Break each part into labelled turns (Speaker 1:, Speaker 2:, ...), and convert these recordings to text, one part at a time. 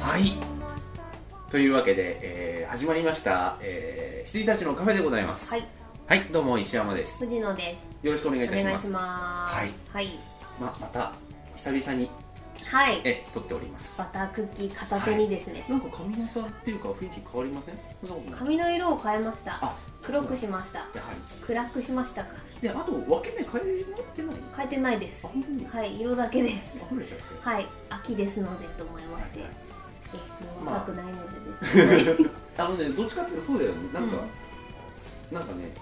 Speaker 1: はいというわけで、えー始まりました、えー、羊たちのカフェでございます
Speaker 2: はい、
Speaker 1: はいどうも石山です
Speaker 2: 藤野です。
Speaker 1: よろしくお願いい
Speaker 2: お
Speaker 1: たし
Speaker 2: 願
Speaker 1: ま
Speaker 2: いし
Speaker 1: す
Speaker 2: ます。
Speaker 1: はい、
Speaker 2: はい、
Speaker 1: ままた久々に
Speaker 2: はい
Speaker 1: え撮っております
Speaker 2: バタークッキー片手にですね。
Speaker 1: なんか髪型っていうか雰囲気変わりませんそんなことない
Speaker 2: 髪の色を変えました。
Speaker 1: あ
Speaker 2: 黒くしました。
Speaker 1: やは
Speaker 2: 暗くしましたか。
Speaker 1: りであと分け目変えてない
Speaker 2: 変えてないです
Speaker 1: あ。本当に
Speaker 2: はい、色だけです
Speaker 1: あ。そうでしたっけ
Speaker 2: はい、秋ですのでと思いまして、
Speaker 1: はい
Speaker 2: えもう
Speaker 1: まあ
Speaker 2: 若くないのでですね。
Speaker 1: あのね、どっちかっていうとそうだよね、なんか、
Speaker 2: う
Speaker 1: なんかね、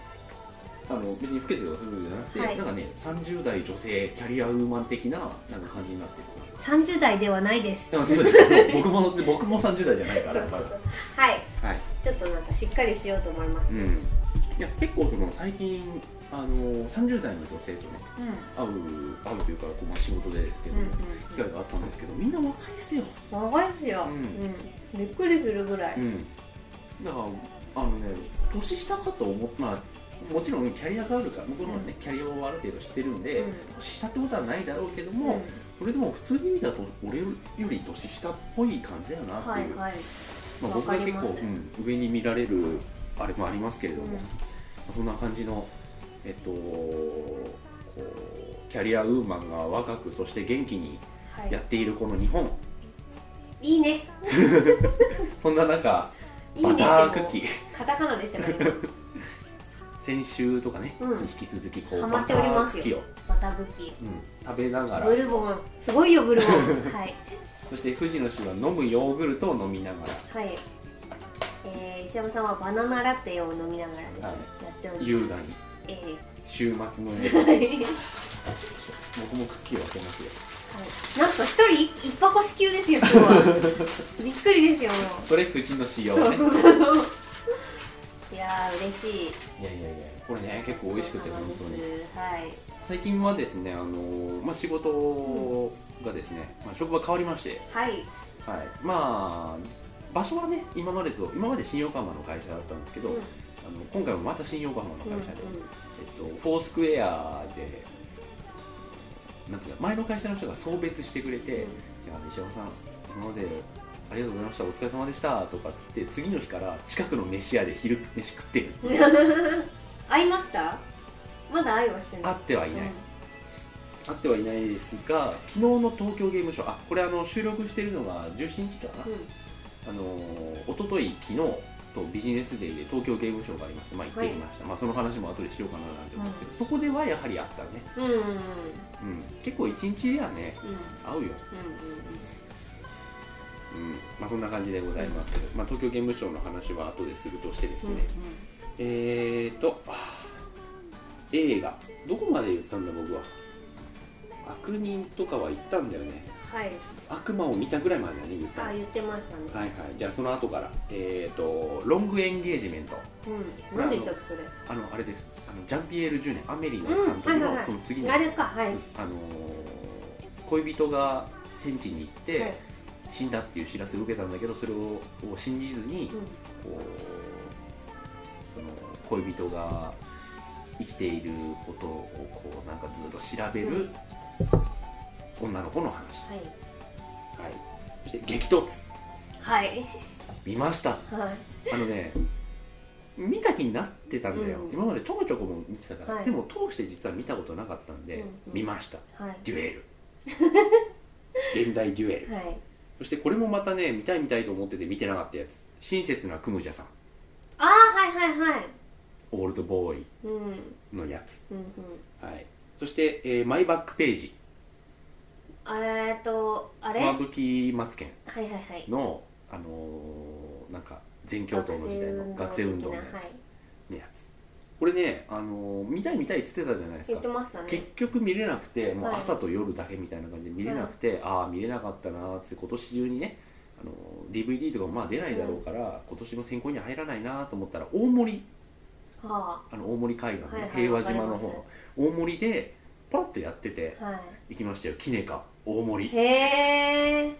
Speaker 1: あの別に老けてるとかそういうことじゃなくて、
Speaker 2: はい
Speaker 1: なんかね、30代女性キャリアウーマン的ななんか感じになってる。
Speaker 2: 三十代ではないです。
Speaker 1: で もそうですよ僕も僕も30代じゃないから、やっぱり。
Speaker 2: はい、
Speaker 1: はい
Speaker 2: ちょっとなんかしっかりしようと思います。
Speaker 1: うん、いや結構その最近あの30代の女性とね
Speaker 2: うん、うん、
Speaker 1: 会う会うというかこう、まあ、仕事でですけど、機会があったんですけどみんな若いっすよ、
Speaker 2: うん、長いですよ。
Speaker 1: う
Speaker 2: うんん、びっくりするぐらい。
Speaker 1: だからあのね年下かと思っまあもちろんキャリアがあるから向こうのね、キャリアをある程度知ってるんで、
Speaker 2: うん
Speaker 1: 年下ってことはないだろうけども、それでも普通に見たと俺より年下っぽい感じだよな
Speaker 2: うん、
Speaker 1: っ
Speaker 2: は
Speaker 1: てい、
Speaker 2: いうはい。
Speaker 1: まあ、僕が結構
Speaker 2: わかります
Speaker 1: うん上に見られるあれもありますけれども、
Speaker 2: うん
Speaker 1: まあそんな感じのえっとこうキャリアウーマンが若くそして元気に
Speaker 2: はい
Speaker 1: やっているこの日本、
Speaker 2: いいね。
Speaker 1: そんな中
Speaker 2: いい
Speaker 1: バ
Speaker 2: ねって
Speaker 1: ター
Speaker 2: も
Speaker 1: クッキー
Speaker 2: カタカナでしたから今
Speaker 1: 先週とかね、
Speaker 2: うん
Speaker 1: 引き続きこう
Speaker 2: ハマ
Speaker 1: バ
Speaker 2: って
Speaker 1: タ
Speaker 2: おり
Speaker 1: ー
Speaker 2: ます
Speaker 1: ク
Speaker 2: よ
Speaker 1: ッキーを、
Speaker 2: バタークッキ
Speaker 1: うん食べなが
Speaker 2: ー
Speaker 1: ら
Speaker 2: ブルボンすごいよ ブルボンはい
Speaker 1: そして藤野氏は飲むヨーグルトを飲みながら
Speaker 2: はいえー、石山さんはバナナラテを飲みながらですね
Speaker 1: はい
Speaker 2: やっておりま
Speaker 1: 優雅に
Speaker 2: すえー
Speaker 1: 週末の夜
Speaker 2: はい、はい、
Speaker 1: 僕もクッキーを開けますよ
Speaker 2: なんと一人一一箱支給ですよ 今日はびっくりですよ
Speaker 1: それ藤野氏用
Speaker 2: もう
Speaker 1: ね
Speaker 2: そうそうそういやー嬉しい
Speaker 1: いやいやいやこれね結構美味しくて
Speaker 2: そう
Speaker 1: 本
Speaker 2: なんです
Speaker 1: 当に
Speaker 2: はい
Speaker 1: 最近はですねあのーまあ、仕事がですね、まあ、職場変わりまして、
Speaker 2: はい
Speaker 1: はい、まあ場所はね今までと今まで新横浜の会社だったんですけど、
Speaker 2: うん
Speaker 1: あの今回もまた新横浜の会
Speaker 2: うんうん
Speaker 1: 社で、えっと、フォースクエアでなんていうか前の会社の人が送別してくれて「いや石山さん今までありがとうございましたお疲れ様でした」とかっつって次の日から近くの飯屋で昼飯食ってる
Speaker 2: 会いましたまだ会いはしてな
Speaker 1: 会
Speaker 2: い
Speaker 1: ってはいない、
Speaker 2: うん
Speaker 1: 会ってはいないですが昨日の東京ゲームショウあこれあの収録してるのが17日かな、
Speaker 2: うん
Speaker 1: あのー一昨日昨日とビジネスデーで東京ゲームショウがありまして、まあ、行ってきました、まあ、その話も後でしようかななんて思うんですけど、そこではやはりあったね、
Speaker 2: うんうんうんうんうん
Speaker 1: うん、結構一日ではね合うようんまあ、そんな感じでございます、まあ、東京ゲームショウの話は後でするとしてです
Speaker 2: うんう
Speaker 1: ね、
Speaker 2: ん
Speaker 1: えーとあー映画どこまで言ったんだ僕は悪人とかは言ったんだよね
Speaker 2: はい
Speaker 1: 悪魔を見たぐらいまでだね言ったの
Speaker 2: あ言ってました
Speaker 1: は
Speaker 2: ね、
Speaker 1: いはいじゃあその後からえーとロングエンゲージメント
Speaker 2: うん何でしたっけそれ
Speaker 1: あのあれですあのジャンピエール・ジュネアメリの監督
Speaker 2: うんはいはいは
Speaker 1: の
Speaker 2: い
Speaker 1: その次の、
Speaker 2: あれかはい、
Speaker 1: あのー恋人が戦地に行って、
Speaker 2: はい
Speaker 1: 死んだっていう知らせを受けたんだけどそれをを信じずに、
Speaker 2: うん
Speaker 1: こうその恋人が生きていることをこうなんかずっと調べる女の子の話、はい、そして激突
Speaker 2: はいはい
Speaker 1: 見ました
Speaker 2: はい
Speaker 1: あのね見た気になってたんだよ、
Speaker 2: うん
Speaker 1: 今までちょこちょこも見てたから、
Speaker 2: はい
Speaker 1: でも通して実は見たことなかったんで、
Speaker 2: うん
Speaker 1: 見ました
Speaker 2: はい
Speaker 1: デュエ ル現代デュエル
Speaker 2: はい
Speaker 1: そしてこれもまたね見たい見たいと思ってて見てなかったやつ親切なクムジャさん
Speaker 2: ああはいはいはい
Speaker 1: オールドボーイ
Speaker 2: うんうん
Speaker 1: のやつ
Speaker 2: うん
Speaker 1: はい、そして、えーマイバックページ
Speaker 2: えーっとあ
Speaker 1: ス
Speaker 2: れ
Speaker 1: マ
Speaker 2: はい
Speaker 1: ブキマツケ
Speaker 2: はいはい
Speaker 1: ンの、あのーなんか全教頭の時代の学生運動のや
Speaker 2: 的なはい
Speaker 1: つ,、のやつこれね、あのー見たい見たいっつってたじゃないで
Speaker 2: 言
Speaker 1: す
Speaker 2: っ
Speaker 1: か
Speaker 2: てましたね
Speaker 1: 結局見れなくてもう
Speaker 2: はい
Speaker 1: 朝と夜だけみたいな感じで見れなくて、ああ見れなかったなーって今年中にねあのー DVD とかもまあ出ないだろうから、今年の選考には入らないなーと思ったら大森
Speaker 2: は
Speaker 1: あの大森海岸のね、
Speaker 2: はいはい
Speaker 1: 平和島の方
Speaker 2: わかりま
Speaker 1: の大森でポロッとやってて
Speaker 2: あは
Speaker 1: 行きましたよキネカ大森
Speaker 2: いへえ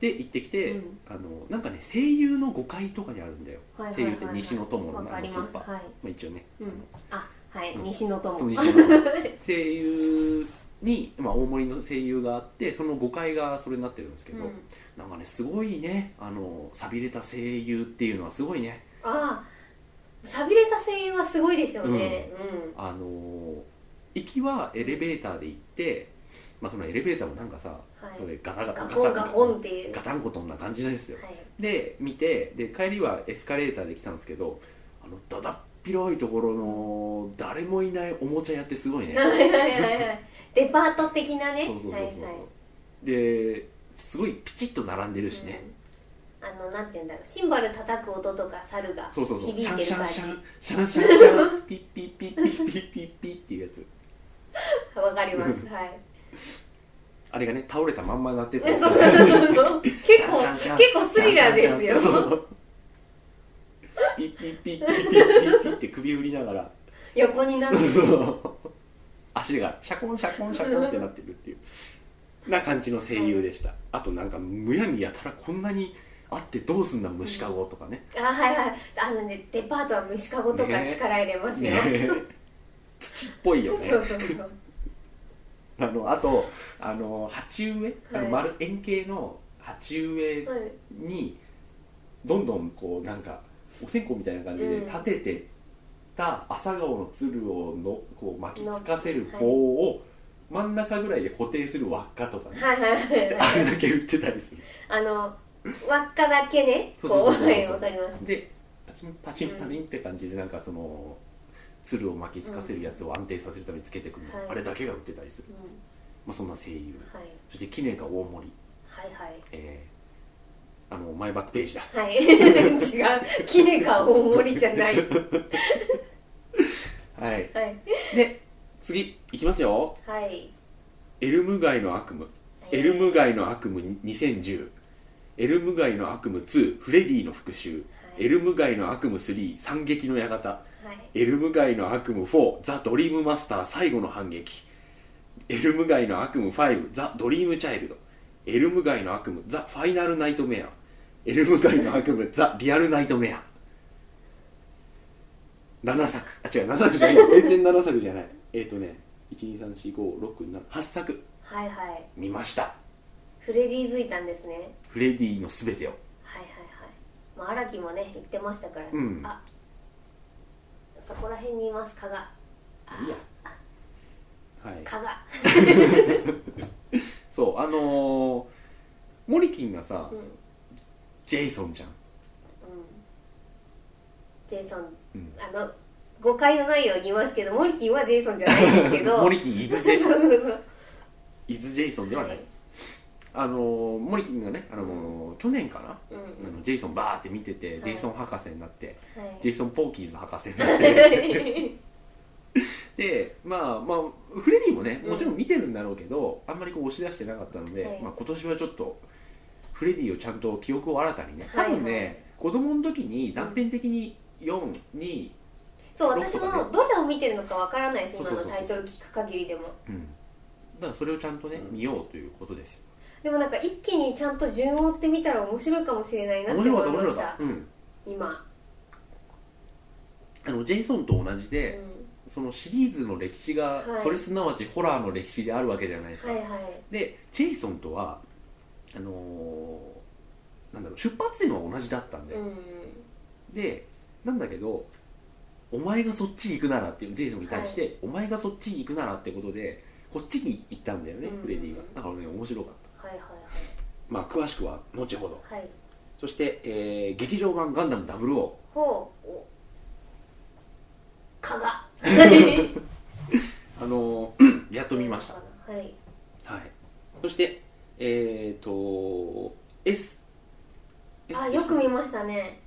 Speaker 1: で行ってきて、
Speaker 2: うん
Speaker 1: あのなんかね声優の5階とかにあるんだよ、
Speaker 2: はいはいはいはい
Speaker 1: 声優って西野友の
Speaker 2: わか
Speaker 1: あの
Speaker 2: り
Speaker 1: スー
Speaker 2: ま
Speaker 1: パー、
Speaker 2: すはい
Speaker 1: まあ、一応ね、
Speaker 2: うんあはい
Speaker 1: うん
Speaker 2: 西野
Speaker 1: あの
Speaker 2: 友
Speaker 1: 西野友声優に、まあ、大森の声優があってその5階がそれになってるんですけど、
Speaker 2: うん
Speaker 1: なんかねすごいねあの寂れた声優っていうのはすごいね
Speaker 2: ああ寂れた声援はすごいでしょうねうん
Speaker 1: あのー行きはエレベーターで行って、まあ、そのエレベーターもなんかさ、
Speaker 2: はい
Speaker 1: それガタガタ
Speaker 2: ガコンガコンっていう
Speaker 1: ガタンコトンな感じなんですよ
Speaker 2: はい
Speaker 1: で見てで帰りはエスカレーターで来たんですけどあのだだっ広いところの誰もいないおもちゃ屋ってすごいね
Speaker 2: はいはいはいはいデパート的なね
Speaker 1: そうそうそうそう、
Speaker 2: はいはい
Speaker 1: ですごいピチッと並んでるしね、
Speaker 2: うんあのなんて言うんだろうシンバル叩く音とか猿が
Speaker 1: そうそうそう
Speaker 2: 響い
Speaker 1: シャン
Speaker 2: て
Speaker 1: シャ
Speaker 2: る感
Speaker 1: ン
Speaker 2: じ
Speaker 1: シャンシャンシャンシャンピッピッピッピッピッピッピッっていうやつ
Speaker 2: わかります
Speaker 1: うん
Speaker 2: はい
Speaker 1: あれがね倒れたまんま鳴ってた
Speaker 2: そ
Speaker 1: や
Speaker 2: う
Speaker 1: つ
Speaker 2: そうそうそう結構
Speaker 1: シャンシャン
Speaker 2: 結構スリラーですよ
Speaker 1: シャンシャンシャンそうピッピッピッピッピッピッピッって首振りながら
Speaker 2: 横になって
Speaker 1: そう 足がシャコンシャコンシャコンってなってるっていうな感じの声優でした、あとなんかむやみやたらこんなにあってどうすんだ虫かごとかね,、
Speaker 2: あはいはいあのねデパートは虫かごとか
Speaker 1: ね
Speaker 2: 力入れますよ、
Speaker 1: ね 土っぽいよね
Speaker 2: そうそうそう
Speaker 1: あのあとあの鉢植え、あの
Speaker 2: はい
Speaker 1: 丸円形の鉢植え
Speaker 2: はい
Speaker 1: にどんどんこうなんかお線香みたいな感じで
Speaker 2: うん
Speaker 1: 立ててた朝顔のつるをのこう巻きつかせる
Speaker 2: のはい
Speaker 1: 棒を真ん中ぐらいで固定する輪っかとかね
Speaker 2: はいはいはい
Speaker 1: あ
Speaker 2: は
Speaker 1: れ
Speaker 2: い
Speaker 1: だけ売ってたりする
Speaker 2: あの輪っかだけね
Speaker 1: そうそう
Speaker 2: こう
Speaker 1: そうそう
Speaker 2: はいわかります
Speaker 1: でパチンパチンパチンって感じでなんかそのつるを巻きつかせるやつを安定させるためにつけてくるの、
Speaker 2: はい
Speaker 1: あれだけが売ってたりする、
Speaker 2: うん
Speaker 1: まあ、そんな声優
Speaker 2: はい
Speaker 1: そしてキネが大森
Speaker 2: はいはい
Speaker 1: えー、あのマイバックページだ
Speaker 2: はい違うキネか大盛りじゃないはい
Speaker 1: はいで次いきますよ
Speaker 2: はい
Speaker 1: エルム街の悪夢エルム街の悪夢2010エルム街の悪夢2フレディの復讐
Speaker 2: はい
Speaker 1: エルム街の悪夢3惨劇の館
Speaker 2: はい
Speaker 1: エルム街の悪夢4ザ・ドリームマスター最後の反撃エルム街の悪夢5ザ・ドリームチャイルドエルム街の悪夢ザ・ファイナルナイトメアエルム街の悪夢ザ・リアルナイトメア7作あ違う7作じゃない 全然7作じゃないえっ、とね1234567作
Speaker 2: はいはい
Speaker 1: 見ました
Speaker 2: フレディ付いたんですね
Speaker 1: フレディのすべてを
Speaker 2: はいはいはいまあ荒木もね言ってましたからね、
Speaker 1: うん
Speaker 2: あそこら辺にいます蚊が
Speaker 1: いいやはい
Speaker 2: 蚊が
Speaker 1: そうあのー、モリキンがさ
Speaker 2: うんうん
Speaker 1: ジェイソンじゃん、
Speaker 2: ジェイソン
Speaker 1: うん、
Speaker 2: あの誤解のないように言いますけどモリキンはジェイソンじゃないんですけど
Speaker 1: モリキンイズジェイソン
Speaker 2: そう そうそう
Speaker 1: イズ・ジェイソンではない、あのーモリキンがね、あのー去年かな、
Speaker 2: うん
Speaker 1: あのジェイソンバーって見てて、
Speaker 2: い
Speaker 1: ジェイソン博士になって
Speaker 2: はい
Speaker 1: ジェイソン・ポーキーズ博士になって
Speaker 2: は
Speaker 1: でまあまあフレディもねもちろん見てるんだろうけど、あんまりこう押し出してなかったので、
Speaker 2: はい
Speaker 1: まあ、今年はちょっとフレディをちゃんと記憶を新たにね多分ね、
Speaker 2: はいはい
Speaker 1: 子供の時に断片的に4に、
Speaker 2: そう
Speaker 1: ロッ
Speaker 2: 私
Speaker 1: クとかね
Speaker 2: もどれを見てるのかわからないです
Speaker 1: そう
Speaker 2: 今
Speaker 1: そうそ
Speaker 2: の
Speaker 1: うそう
Speaker 2: タイトル聞く限りでも
Speaker 1: うん、だからそれをちゃんとね、
Speaker 2: うん
Speaker 1: 見ようということですよ
Speaker 2: でもなんか一気にちゃんと順を追ってみたら面白いかもしれないなって
Speaker 1: 面
Speaker 2: 思い
Speaker 1: 白か
Speaker 2: ま
Speaker 1: った面白
Speaker 2: し
Speaker 1: か
Speaker 2: た
Speaker 1: った、うん、
Speaker 2: 今、
Speaker 1: あのジェイソンと同じ
Speaker 2: う
Speaker 1: で、
Speaker 2: ん、
Speaker 1: そのシリーズの歴史が、
Speaker 2: はい
Speaker 1: それすなわちホラーの歴史であるわけじゃないですか、
Speaker 2: はいはい
Speaker 1: でジェイソンとはあのーなんだろう出発点は同じだったんだ
Speaker 2: う
Speaker 1: よ、
Speaker 2: ん
Speaker 1: でなんだけどお前がそっち行くならっていうジェイソンに対して、お前がそっち行くならってことでこっちに行ったんだよね、
Speaker 2: うん
Speaker 1: フレディがだからね面白かった
Speaker 2: はいはい
Speaker 1: まあ詳しくは後ほど
Speaker 2: はいはい
Speaker 1: そして、えー劇場版「ガンダム00
Speaker 2: ほうお蚊が」
Speaker 1: あのー やっと見ました
Speaker 2: はい
Speaker 1: はい、そして、えっ、と、S。
Speaker 2: あよく見
Speaker 1: ま
Speaker 2: ましたね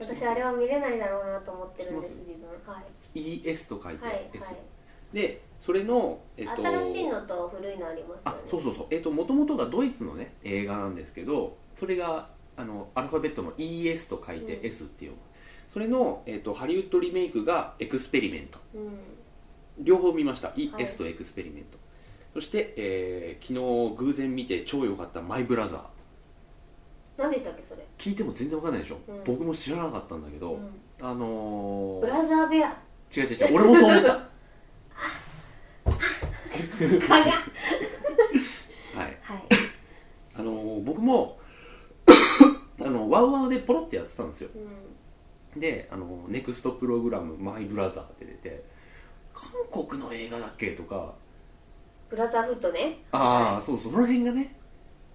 Speaker 1: 知ってます
Speaker 2: 私あれは見れないだろうなと思ってるんです
Speaker 1: 知っ
Speaker 2: 自分はい、
Speaker 1: ES と書いて、
Speaker 2: はい
Speaker 1: S。
Speaker 2: はい
Speaker 1: で、それの、えっ、と、
Speaker 2: 新しいのと古いのありますよ
Speaker 1: あ
Speaker 2: ね、
Speaker 1: そうそうそう、えっ、と、もともとがドイツのね、映画なんですけど、それが、あの、アルファベットの ES と書いて
Speaker 2: うん
Speaker 1: S っていう、それの、えっ、と、ハリウッドリメイクがエクスペリメント。
Speaker 2: うん
Speaker 1: 両方見ました、
Speaker 2: はい
Speaker 1: ES とエクスペリメント。そして、えー昨日偶然見て超良かった「マイ・ブラザー
Speaker 2: 何でしたっけそれ、」
Speaker 1: 聞いても全然わかんないでしょ、
Speaker 2: うん
Speaker 1: 僕も知らなかったんだけど、
Speaker 2: うん
Speaker 1: あのー、
Speaker 2: ブラザーベア
Speaker 1: 違う違う違う俺もそう思った
Speaker 2: 蚊が
Speaker 1: はい
Speaker 2: はい
Speaker 1: あのー僕も あのワウワウでポロってやってたんですよであのネクストプログラム「マイブラザー」って出て韓国の映画だっけとか
Speaker 2: ブラザーフットね
Speaker 1: ああそうそうその辺がね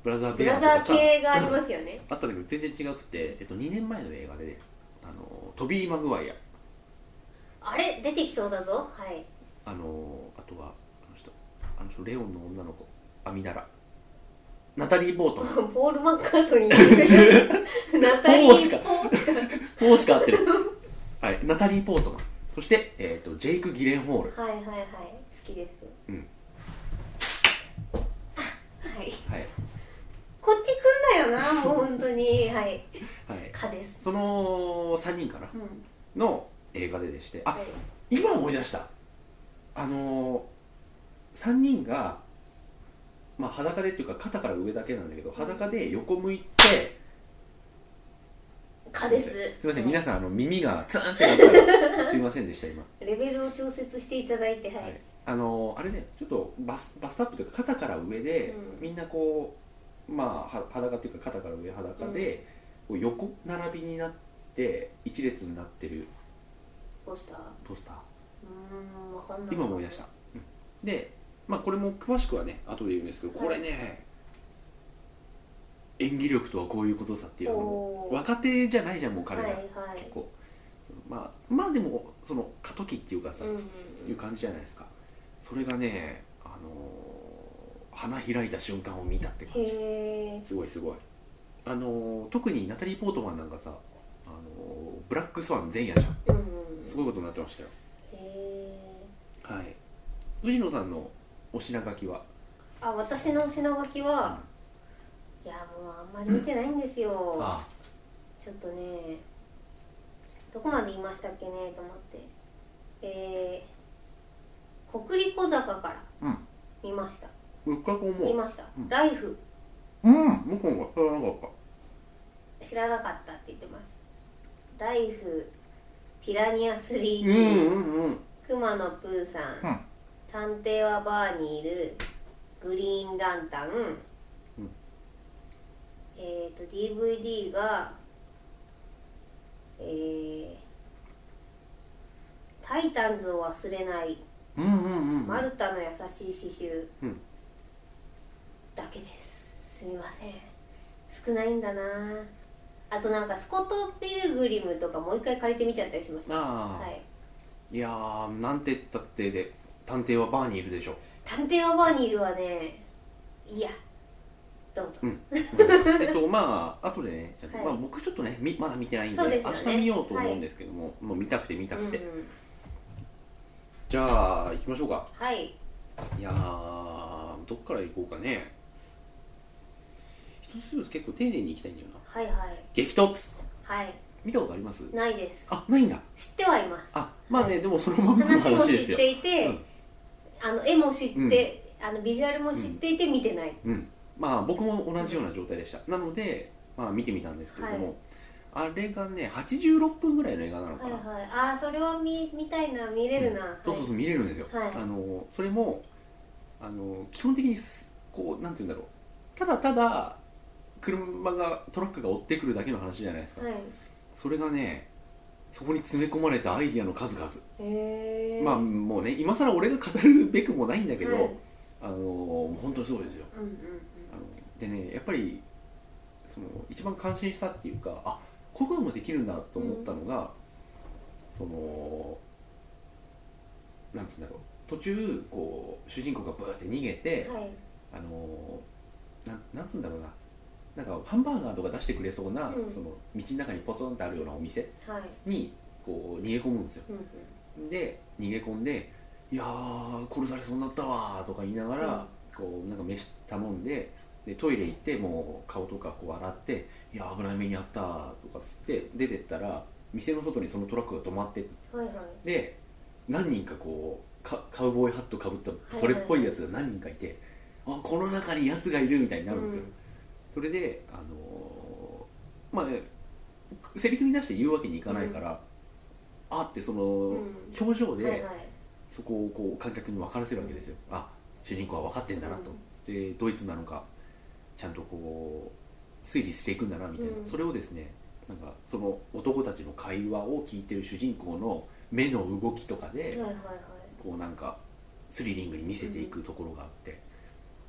Speaker 1: ブラザー
Speaker 2: ブ
Speaker 1: ベア
Speaker 2: ラ
Speaker 1: と
Speaker 2: ザ
Speaker 1: か
Speaker 2: ー
Speaker 1: さ
Speaker 2: 系がありますよね
Speaker 1: あったんだけど全然違くて、えっと、2年前の映画でねあのトビー・マグワイア
Speaker 2: あれ出てきそうだぞはい
Speaker 1: あのあとはあの人あの人レオンの女の子アミダラナタリー・ボートン
Speaker 2: ポール・マッカートニ ーナタリ
Speaker 1: ポ
Speaker 2: ー・
Speaker 1: ーしか
Speaker 2: ポーしか
Speaker 1: もうしか合って るはいナタリー・ポートマンそして、えー、とジェイク・ギレンホール、
Speaker 2: はいはいはい好きです
Speaker 1: うん
Speaker 2: あはい
Speaker 1: はい
Speaker 2: こっちくんだよなもう本当には
Speaker 1: は
Speaker 2: い
Speaker 1: い、
Speaker 2: 蚊です
Speaker 1: その3人かな
Speaker 2: うん
Speaker 1: の映画ででしてあ
Speaker 2: はい
Speaker 1: 今思い出したあのー、3人が、まあ、裸でっていうか肩から上だけなんだけど裸で横向いて
Speaker 2: 蚊です
Speaker 1: すいません
Speaker 2: はい
Speaker 1: 皆さんあの耳がツーンってなったらすいませんでした今
Speaker 2: レベルを調節していただいてはい、
Speaker 1: はいあのーあれねちょっとバスバストアップというか肩から上で、
Speaker 2: うん
Speaker 1: みんなこうまあは裸っていうか肩から上裸で、こう横並びになって一列になってる
Speaker 2: どうしたう
Speaker 1: ポスター
Speaker 2: ーんわかんない
Speaker 1: 今思い出した、うんでまあこれも詳しくはね後で言うんですけどこれね、演技力とはこういうことさっていうあの
Speaker 2: おー
Speaker 1: 若手じゃないじゃんもう彼
Speaker 2: は
Speaker 1: ら、
Speaker 2: いはい
Speaker 1: 結構そのまあまあでもその過渡期っていうかさ、
Speaker 2: うんうん
Speaker 1: いう感じじゃないですかそれがね、あのー花開いた瞬間を見たって
Speaker 2: うん
Speaker 1: 感じ
Speaker 2: へえ
Speaker 1: すごいすごい、あのー特にナタリー・ポートマンなんかさ、あのーブラックスワン前夜じゃん
Speaker 2: うんうん
Speaker 1: すごいことになってましたよ
Speaker 2: へえ
Speaker 1: はい藤野さんのお品書きは
Speaker 2: あ私のお品書きは、いやもうあんまり見てないんですよ
Speaker 1: あ
Speaker 2: ちょっとねどこまで言いましたっけねと思ってえー、国立小坂か
Speaker 1: う
Speaker 2: ら
Speaker 1: ん
Speaker 2: 見ました、
Speaker 1: 僕はこう
Speaker 2: 見
Speaker 1: 思う
Speaker 2: ました、
Speaker 1: うん
Speaker 2: ライフ
Speaker 1: うん僕も知らなかった
Speaker 2: 知らなかったって言ってますライフピラニア3
Speaker 1: うんうんうん
Speaker 2: くまのプーさん、
Speaker 1: うん
Speaker 2: 探偵はバーにいるグリーンランタン、
Speaker 1: うん
Speaker 2: えっ、と DVD がえー「タイタンズを忘れない
Speaker 1: うんうんうん
Speaker 2: マルタの優しい刺繍、
Speaker 1: うん
Speaker 2: だけですすみません少ないんだなあとなんかスコット・ピルグリムとかもう一回借りてみちゃったりしました
Speaker 1: ああ、
Speaker 2: はい
Speaker 1: い、やーなんて言ったってで探偵はバーにいるでしょ
Speaker 2: 探偵はバーニルはねいやどうぞ、
Speaker 1: うんうんえっとまああとでねちゃんと、
Speaker 2: はい
Speaker 1: まあ、僕ちょっとねみまだ見てないんで
Speaker 2: そうですよね
Speaker 1: 明日見ようと思うんですけども、もう見たくて見た
Speaker 2: う
Speaker 1: く
Speaker 2: ん
Speaker 1: て、
Speaker 2: うん
Speaker 1: じゃあ行きましょうか
Speaker 2: はい
Speaker 1: いやーどっから行こうかね一つずつ結構丁寧に行きたいんだよな
Speaker 2: はいはい
Speaker 1: 激突
Speaker 2: はい
Speaker 1: 見たことあります
Speaker 2: ないです
Speaker 1: あないんだ
Speaker 2: 知ってはいます
Speaker 1: あまあねでもそのまんまの
Speaker 2: 話も
Speaker 1: 話で
Speaker 2: 知っ
Speaker 1: すよ
Speaker 2: ていて、
Speaker 1: うん
Speaker 2: あの絵も知って、あのビジュアルも知っていて見てない、
Speaker 1: うんまあ僕も同じような状態でしたなのでまあ見てみたんですけれども、あれがね86分ぐらいの映画なのか
Speaker 2: は
Speaker 1: な、
Speaker 2: いはいああそれは見見たいな見れるな、
Speaker 1: そうそうそう見れるんですよ、
Speaker 2: はい
Speaker 1: あのそれもあの基本的にすこうなんて言うんだろうただただ車がトラックが追ってくるだけの話じゃないですか、
Speaker 2: はい、はい、
Speaker 1: それがねそこに詰め込まれたアイディアの数々、
Speaker 2: へえ
Speaker 1: まあもうね今更俺が語るべくもないんだけど、
Speaker 2: はい
Speaker 1: あのもう本当にすごいですよ
Speaker 2: うんうん
Speaker 1: あのでねやっぱりその一番感心したっていうかあこういうこともできるんだと思ったのが、そのなんて言うんだろう途中こう主人公がブーって逃げて
Speaker 2: う、んはい
Speaker 1: あのなんなんつうんだろうななんかハンバーガーとか出してくれそうな、
Speaker 2: うん
Speaker 1: その道の中にポツンとあるようなお店
Speaker 2: はい
Speaker 1: にこう逃げ込むんですよ
Speaker 2: うんうん
Speaker 1: で逃げ込んで「いやー殺されそうになったわ」とか言いながら、こうなんか飯頼んででトイレ行ってもう顔とかこう洗って「いやー危ない目にあった」とかっつって出てったら店の外にそのトラックが止まって
Speaker 2: はいはい
Speaker 1: で何人かこうカカウボーイハットかぶったそれっぽいやつが何人かいて「あこの中にやつがいる」みたいになるんですよ、それであのーまあねセリフに出して言うわけにいかないから、あってその、
Speaker 2: うん
Speaker 1: 表情
Speaker 2: うんはい
Speaker 1: で
Speaker 2: はい
Speaker 1: そこをこう観客に分からせるわけですよ、あ主人公は分かってんだなと、でドイツなのかちゃんとこう推理していくんだなみたいな、
Speaker 2: うん
Speaker 1: それをですねなんかその男たちの会話を聞いてる主人公の目の動きとかで、
Speaker 2: はいはいはい
Speaker 1: こうなんかスリリングに見せていくところがあって、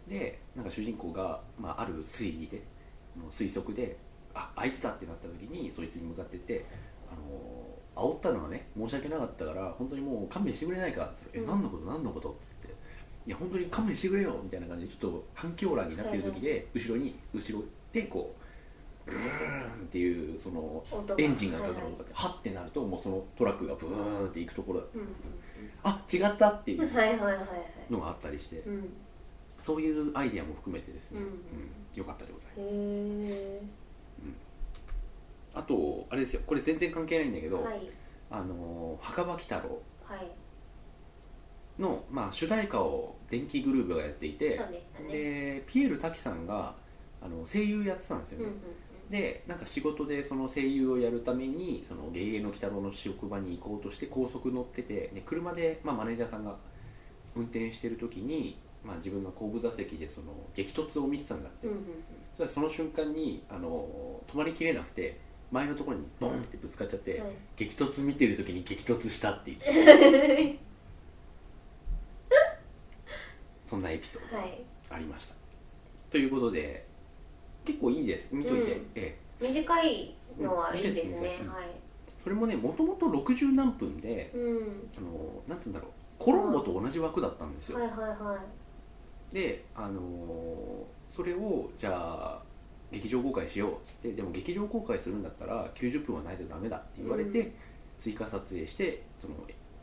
Speaker 1: でなんか主人公が、まあ、ある推理での推測でああいつだってなった時にそいつに向かってって「あのー煽ったのはね申し訳なかったから本当にもう勘弁してくれないか」って言ったら
Speaker 2: う
Speaker 1: え
Speaker 2: ん
Speaker 1: 何のこと何のこと?」っつって「いや本当に勘弁してくれよ」みたいな感じでちょっと反響欄になってる時で、後ろに後ろでこうブルーンっていうその
Speaker 2: 音が
Speaker 1: エンジンがかかる
Speaker 2: はい
Speaker 1: 音
Speaker 2: はい
Speaker 1: があってハッてなるともうそのトラックがブーンっていくところだ
Speaker 2: うん
Speaker 1: あ違ったっていう
Speaker 2: うんうんはいはいはいはい
Speaker 1: のがあったりして、
Speaker 2: うん
Speaker 1: そういうアイデアも含めてですね、
Speaker 2: うん
Speaker 1: よかったでございます
Speaker 2: へ
Speaker 1: あとあれですよこれ全然関係ないんだけ
Speaker 2: え
Speaker 1: ど、
Speaker 2: はい
Speaker 1: あのー墓場鬼太郎
Speaker 2: はい
Speaker 1: の、まあ、主題歌を電気グループがやっていて
Speaker 2: そうでしたね
Speaker 1: でピエール瀧さんがあの声優やってたんですよ
Speaker 2: うん
Speaker 1: ね、
Speaker 2: うん
Speaker 1: でなんか仕事でその声優をやるためにそのゲゲゲの鬼太郎の職場に行こうとして高速乗ってて、ね、車で、まあ、マネージャーさんが運転してる時に、まあ、自分が後部座席でその激突を見てたんだって、
Speaker 2: うんうん
Speaker 1: そしたらその瞬間にあの止まりきれなくて前のところにボンってぶつかっちゃって、
Speaker 2: うんはい
Speaker 1: 激突見てる時に激突したって言ってた そんなエピソー
Speaker 2: はい
Speaker 1: ドありましたということで結構いいです見といて、
Speaker 2: うん
Speaker 1: ええ
Speaker 2: 短いのはいいです
Speaker 1: うんいいです
Speaker 2: ね
Speaker 1: ねうん
Speaker 2: はい
Speaker 1: それもねもともと60何分で
Speaker 2: うん
Speaker 1: あのなんて言うんだろうコロンボと同じ枠だったんですよ、
Speaker 2: はいはいはい
Speaker 1: であのーそれをじゃあ劇場公開しようっつってでも劇場公開するんだったら90分はないとダメだって言われて、
Speaker 2: うん
Speaker 1: 追加撮影してその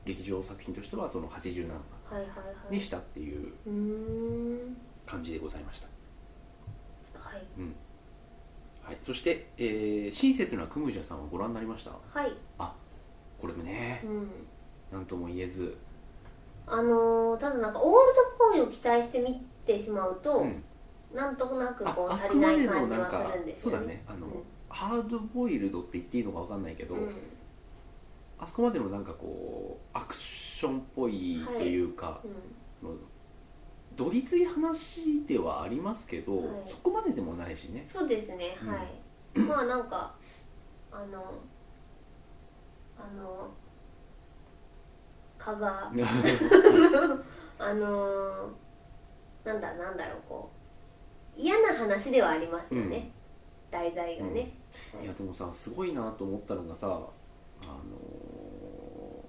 Speaker 1: 劇場作品としてはその80何分
Speaker 2: はいはいはい
Speaker 1: にしたっていう
Speaker 2: うーん
Speaker 1: 感じでございました、
Speaker 2: はい
Speaker 1: はい、そして、えー親切なクムジャさんはご覧になりました
Speaker 2: はい
Speaker 1: これもね
Speaker 2: うん
Speaker 1: 何とも言えず、
Speaker 2: あのーただなんかオールドっぽいを期待して見てしまうと、
Speaker 1: うん
Speaker 2: なんとなくこ
Speaker 1: あ
Speaker 2: う
Speaker 1: あそ
Speaker 2: 足
Speaker 1: こ
Speaker 2: りな
Speaker 1: ま
Speaker 2: い
Speaker 1: での
Speaker 2: 感じ
Speaker 1: なん
Speaker 2: は
Speaker 1: か
Speaker 2: するんです
Speaker 1: そう
Speaker 2: よ
Speaker 1: だ
Speaker 2: ね
Speaker 1: ねあの、ハードボイルドって言っていいのか分かんないけど、
Speaker 2: うん
Speaker 1: あそこまでのなんかこうアクションっぽいというか、そのどぎつい話ではありますけど、
Speaker 2: はい
Speaker 1: そこまででもないしね
Speaker 2: そうですね
Speaker 1: うん
Speaker 2: はい、まあなんかあのあの蚊があのーなんだなんだろうこう嫌な話ではありますよね、題材がね、
Speaker 1: いやでもさすごいなと思ったのがさあのー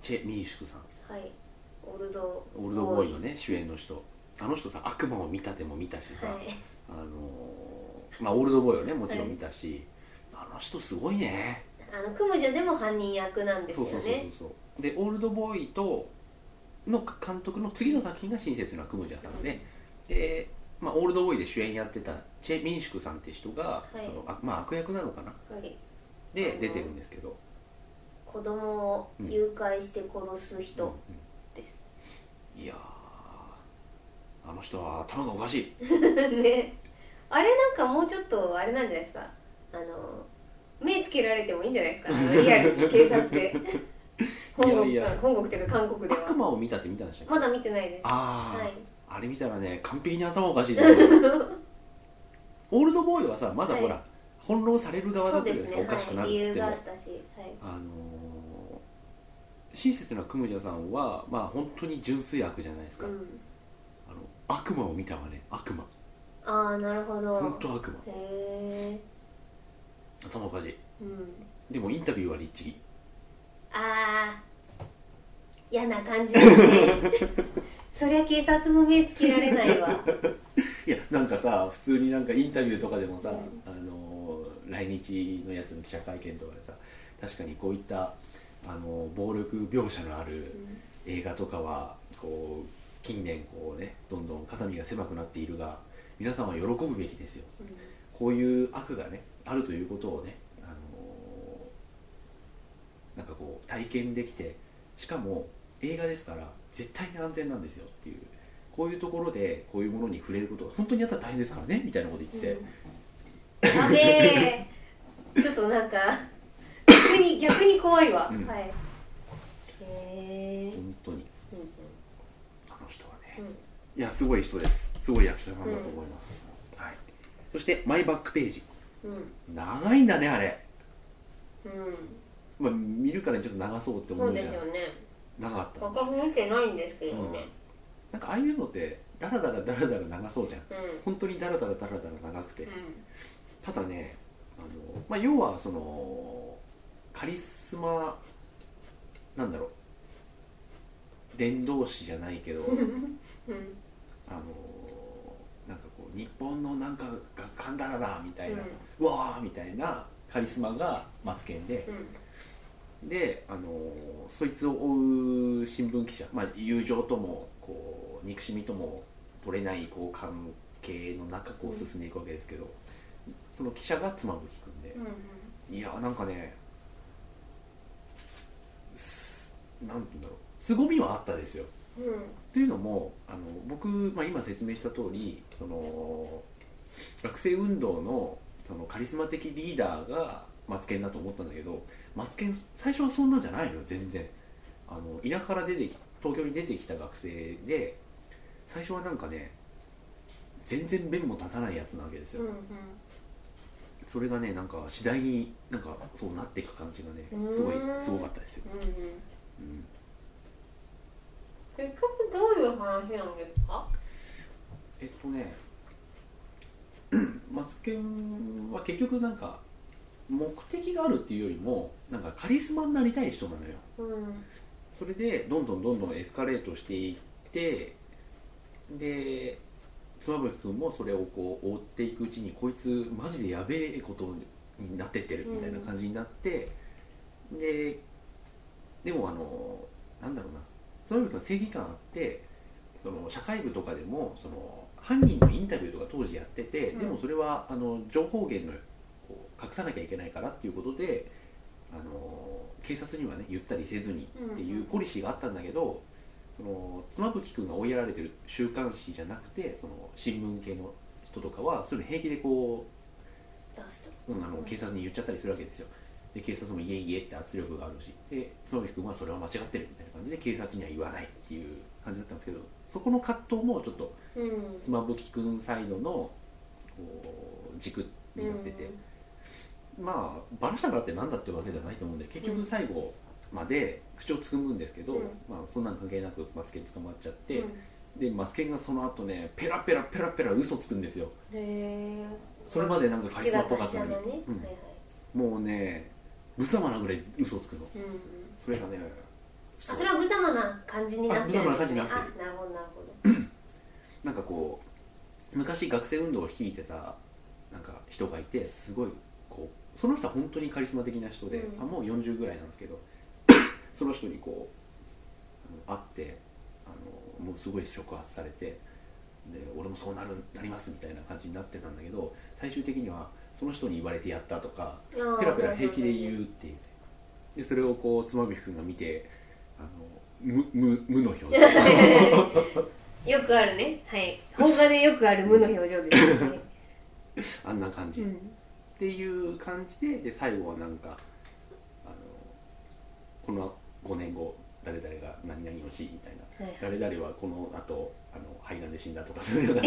Speaker 1: チェ・ミーシュクさん
Speaker 2: はいオールド
Speaker 1: オールドボーイのね主演の人あの人さ悪魔を見たでも見たしさ、
Speaker 2: はい
Speaker 1: あのーまあオールドボーイをねもちろん見たし、あの人すごいね
Speaker 2: あのクムジャでも犯人役なんです
Speaker 1: そ
Speaker 2: よ
Speaker 1: うそ
Speaker 2: ね
Speaker 1: うそうそうそうでオールドボーイとの監督の次の作品が親切なクムジャさんで、で、まあ、オールドボーイで主演やってたチェ・ミンシクさんって人が、
Speaker 2: はい
Speaker 1: そのあまあ、悪役なのかな
Speaker 2: はいあ
Speaker 1: で
Speaker 2: の
Speaker 1: 出てるんですけど、
Speaker 2: 子供を誘拐して殺す人、です
Speaker 1: うんいやーあの人は頭がおかしい
Speaker 2: ねあれなんかもうちょっとあれなんじゃないですかあの目つけられてもいいんじゃないですかあのリアルに警察で本 国
Speaker 1: いやいや
Speaker 2: 本国っていうか韓国では
Speaker 1: 悪魔を見たって見たんでしたっけ
Speaker 2: まだ見てないです
Speaker 1: ああ、
Speaker 2: はい
Speaker 1: あれ見たらね完璧に頭おかしいと思 うオールドボーイはさまだほら、
Speaker 2: は
Speaker 1: 翻弄される側だ
Speaker 2: そ
Speaker 1: っ
Speaker 2: う
Speaker 1: たじ
Speaker 2: で
Speaker 1: ゃないですすか
Speaker 2: ね
Speaker 1: おかしくな
Speaker 2: は
Speaker 1: る
Speaker 2: い、
Speaker 1: っつ
Speaker 2: 理
Speaker 1: っ
Speaker 2: 由
Speaker 1: ても、
Speaker 2: があったし、はい、
Speaker 1: あのー親切なクムジャさんはまあ本当に純粋悪じゃないですか、
Speaker 2: うん、
Speaker 1: あの悪魔を見たわね悪魔
Speaker 2: ああなるほど
Speaker 1: 本当悪魔
Speaker 2: へえ
Speaker 1: 頭おかしい
Speaker 2: うん
Speaker 1: でもインタビューはリッチギ
Speaker 2: ああ嫌な感じです ねそりゃ警察も目つけられないわ
Speaker 1: いやなんかさ普通になんかインタビューとかでもさ、
Speaker 2: うん
Speaker 1: あのー来日のやつの記者会見とかでさ確かにこういったあのー暴力描写のある
Speaker 2: うん
Speaker 1: 映画とかはこう近年こうねどんどん肩身が狭くなっているが皆さんは喜ぶべきですよこういう悪がねあるということをね、あのーなんかこう体験できてしかも映画ですから絶対に安全なんですよっていうこういうところでこういうものに触れることが本当にあったら大変ですからねみたいなこと言ってて、
Speaker 2: うんやべえ ちょっとなんか逆に逆に怖いわ、
Speaker 1: うん
Speaker 2: はいへえ
Speaker 1: 本当に
Speaker 2: うん
Speaker 1: あの人はね
Speaker 2: うん
Speaker 1: いやすごい人ですすごい役者さんだと思います、はい、そしてマイバックページ
Speaker 2: うん
Speaker 1: 長いんだねあれ、
Speaker 2: うん
Speaker 1: まあ、見るからにちょっと長そうって思
Speaker 2: そう
Speaker 1: うじゃ
Speaker 2: で
Speaker 1: ん
Speaker 2: すよね
Speaker 1: 長かった
Speaker 2: 画角見てないんですけどね
Speaker 1: なんかああいうのってダラダラダラダラ長そうじゃん
Speaker 2: うん
Speaker 1: 本当にダラダラダラダラ長くて
Speaker 2: う
Speaker 1: ただねあの、まあ、要はそのカリスマなんだろう伝道師じゃないけど
Speaker 2: んうん
Speaker 1: あのなんかこう日本のなんかがカンダラだみたいな、うわーみたいなカリスマがマツケンで
Speaker 2: うん
Speaker 1: であのそいつを追う新聞記者、まあ、友情ともこう憎しみとも取れないこう関係の中こう進んでいくわけですけど、その記者が妻夫木君で
Speaker 2: う、ん
Speaker 1: いやーなんかねすなんて言うんだろう凄みはあったですよ
Speaker 2: うんうん
Speaker 1: というのもあの僕、まあ、今説明した通りその学生運動のそのカリスマ的リーダーがマツケンだと思ったんだけどマツケン最初はそんなんじゃないのよ全然あの田舎から出てき東京に出てきた学生で最初はなんかね全然弁も立たないやつなわけですよ、それがねなんか次第になんかそうなっていく感じがねすごいう
Speaker 2: ーん
Speaker 1: すごかったですよ、
Speaker 2: うんうん
Speaker 1: うん
Speaker 2: 結局どういう話なんですか
Speaker 1: えっとね マツケンは結局なんか目的があるっていうよりもなんかカリスマになりたい人なのよ
Speaker 2: うん
Speaker 1: それでどんどんどんどんエスカレートしていってで妻夫木君もそれをこう追っていくうちにこいつマジでやべえことになってってるみたいな感じになって、ででもあのなんだろうな妻夫木君は正義感あってその社会部とかでもその犯人のインタビューとか当時やってて、
Speaker 2: うん
Speaker 1: でもそれはあの情報源のこう隠さなきゃいけないからっていうことであの警察にはね言ったりせずにっていうポリシーがあったんだけど、その妻夫木君が追いやられてる週刊誌じゃなくてその新聞系の人とかはそういうの平気でこ
Speaker 2: 出すと
Speaker 1: う、うんあの警察に言っちゃったりするわけですよで警察も「いえいえ」って圧力があるしで妻夫木君はそれは間違ってるみたいな感じで警察には言わないっていう感じだったんですけどそこの葛藤もちょっと
Speaker 2: うん
Speaker 1: 妻夫木君サイドのこう軸になってて、まあバラしたからってなんだってわけじゃないと思うんで結局最後まで口をつぐむんですけど、
Speaker 2: うん
Speaker 1: まあ、そんなん関係なくマツケン捕まっちゃっ
Speaker 2: うん
Speaker 1: て、でマツケンがその後ねペラペラペラペラ嘘つくんですよ
Speaker 2: へえ
Speaker 1: それまでなんかカリ
Speaker 2: 口
Speaker 1: スマ
Speaker 2: が
Speaker 1: っぽかっ
Speaker 2: 達
Speaker 1: た
Speaker 2: 者
Speaker 1: の
Speaker 2: な
Speaker 1: に
Speaker 2: ねはい
Speaker 1: うん
Speaker 2: はい
Speaker 1: もうね無様なぐらい嘘つくの
Speaker 2: うんうん
Speaker 1: それがね
Speaker 2: あそれは無様な感じになってるんですね
Speaker 1: あ無様な感じになっ
Speaker 2: あなるほどなるほど
Speaker 1: なんかこう昔学生運動を率いてたなんか人がいてすごいこうその人は本当にカリスマ的な人で、
Speaker 2: うん
Speaker 1: あもう40ぐらいなんですけど その人にこうあの会ってあのもうすごい触発されてで俺もそうなるなりますみたいな感じになってたんだけど最終的にはその人に言われてやったとかペラペラ平気で言うっていうねでそれをこう妻夫木君が見てあの無無無の表情
Speaker 2: うよくあるねはい邦画でよくある無の表情ですね
Speaker 1: あんな感じ、
Speaker 2: うん
Speaker 1: っていう感じでで最後はなんかあのこの5年後誰々が何々をしみたいな
Speaker 2: はい
Speaker 1: 誰々はこの後あの肺がんで死んだとかそういうような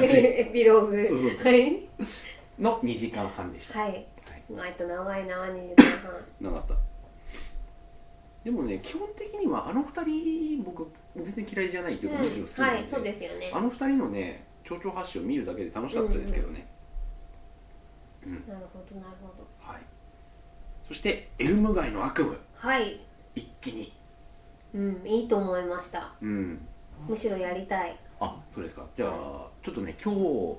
Speaker 1: 感じ
Speaker 2: エピローグ
Speaker 1: そうそうそ
Speaker 2: はい、
Speaker 1: の2時間半でした、
Speaker 2: はい、
Speaker 1: はい
Speaker 2: 割と長いな2時間半
Speaker 1: なかったでもね基本的にはあの2人僕全然嫌いじゃないというか、むしろ好き
Speaker 2: うん、
Speaker 1: な
Speaker 2: は
Speaker 1: ん
Speaker 2: い
Speaker 1: で,、
Speaker 2: そうですよね
Speaker 1: あの2人のね蝶々発信を見るだけで楽しかったですけどね、
Speaker 2: なるほどなるほど
Speaker 1: はい、そしてエルム街の悪夢
Speaker 2: はい
Speaker 1: 一気に
Speaker 2: うんいいと思いました
Speaker 1: うん
Speaker 2: むしろやりたい
Speaker 1: あそうですかじゃあちょっとね今日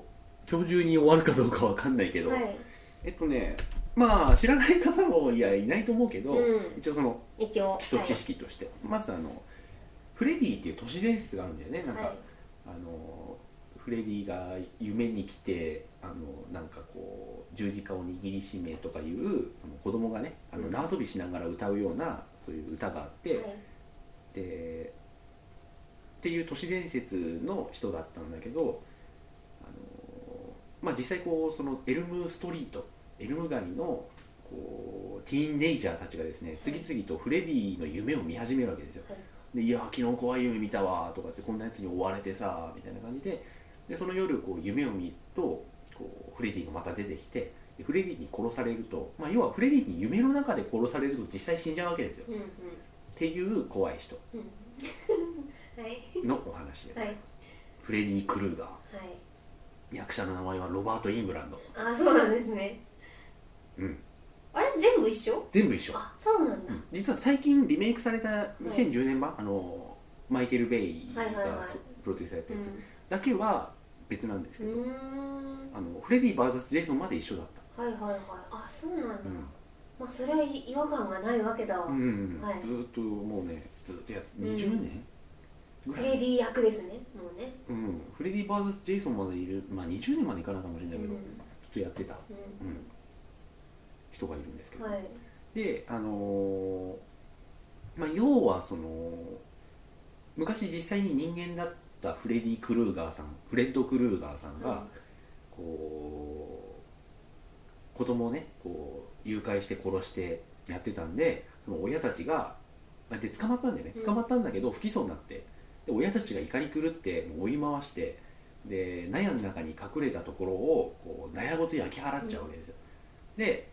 Speaker 1: 今日中に終わるかどうかわかんないけど、
Speaker 2: はい
Speaker 1: えっとねまあ知らない方もいやいないと思うけど、
Speaker 2: うん
Speaker 1: 一応その
Speaker 2: 一応
Speaker 1: 基礎知識として、まずあのフレディっていう都市伝説があるんだよねなんか、
Speaker 2: はい
Speaker 1: あのフレディが夢に来てあのなんかこう十字架を握りしめとかいうその子供がねあの縄跳びしながら歌うようなそういう歌があって、
Speaker 2: はい
Speaker 1: でっていう都市伝説の人だったんだけどあの、まあ、実際こうそのエルムストリートエルム街のこうティーンネイジャーたちがですね次々とフレディの夢を見始めるわけですよ、
Speaker 2: はい
Speaker 1: でいや昨日怖い夢見たわとかってこんなやつに追われてさみたいな感じででその夜こう夢を見るとこうフレディがまた出てきてでフレディに殺されると、まあ、要はフレディに夢の中で殺されると実際死んじゃうわけですよ
Speaker 2: うん
Speaker 1: っていう怖い人
Speaker 2: うんうん はい
Speaker 1: のお話で、
Speaker 2: はいはい
Speaker 1: フレディ・クルーガー役者の名前はロバート・イングランド
Speaker 2: あそうなんですね
Speaker 1: うん
Speaker 2: あれ全部一緒
Speaker 1: 全部一緒
Speaker 2: あそうなんだ、
Speaker 1: 実は最近リメイクされた2010年版、あのマイケル・ベイが
Speaker 2: はいはいはい
Speaker 1: そプロデューサーやった
Speaker 2: う
Speaker 1: やつ
Speaker 2: ん
Speaker 1: だけは別なんですけ
Speaker 2: う
Speaker 1: ど、
Speaker 2: ーん
Speaker 1: あのフレディ VS ジェイソンまで一緒だった、
Speaker 2: はいはいはいあそうなんだ、
Speaker 1: うん
Speaker 2: まあそれは違和感がないわけだわ、
Speaker 1: うん
Speaker 2: はい
Speaker 1: ずーっともうねずーっとやって
Speaker 2: うん
Speaker 1: 20年ぐ
Speaker 2: フ
Speaker 1: らい、
Speaker 2: レディ役ですねもうね
Speaker 1: うん、フレディ VS ジェイソンまでいる、まあ、20年までいかないかもしれないけど、
Speaker 2: うん
Speaker 1: ずっとやってた、う、
Speaker 2: うん
Speaker 1: 人がいるんですけど、
Speaker 2: んはい
Speaker 1: であのーまあ、要はその昔実際に人間だったフレディ・クルーガーさんフレッド・クルーガーさんがこう子供をねこう誘拐して殺してやってたんでその親たちがあで捕まったんだよね
Speaker 2: うん
Speaker 1: 捕まったんだけど不起訴になってで親たちが怒り狂ってもう追い回してで納屋の中に隠れたところをこう納屋ごと焼き払っちゃうわけですよ、で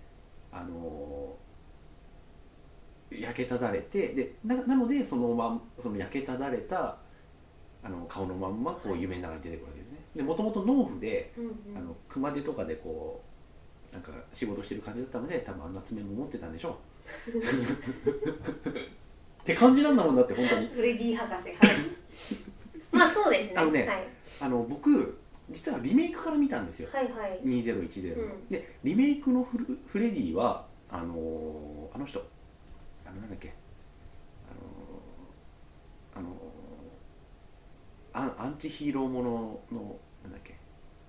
Speaker 1: あのー焼けただれてでななのでそのまんその焼けただれたあの顔のまんまこう夢の中に出てくるわけですねでもともと農夫で
Speaker 2: うんうん
Speaker 1: あの熊手とかでこうなんか仕事してる感じだったので多分あんな爪も持ってたんでしょうって感じなんだもんだって本当に
Speaker 2: フレディ博士はい まあそうですね
Speaker 1: あのね
Speaker 2: はい、
Speaker 1: あの僕実はリメイクから見たんですよ
Speaker 2: はいはい
Speaker 1: 2010、
Speaker 2: うん
Speaker 1: でリメイクのフルフレディはあのーあの人あのなんだっけあのーあのーアンアンチヒーローもののなんだっけ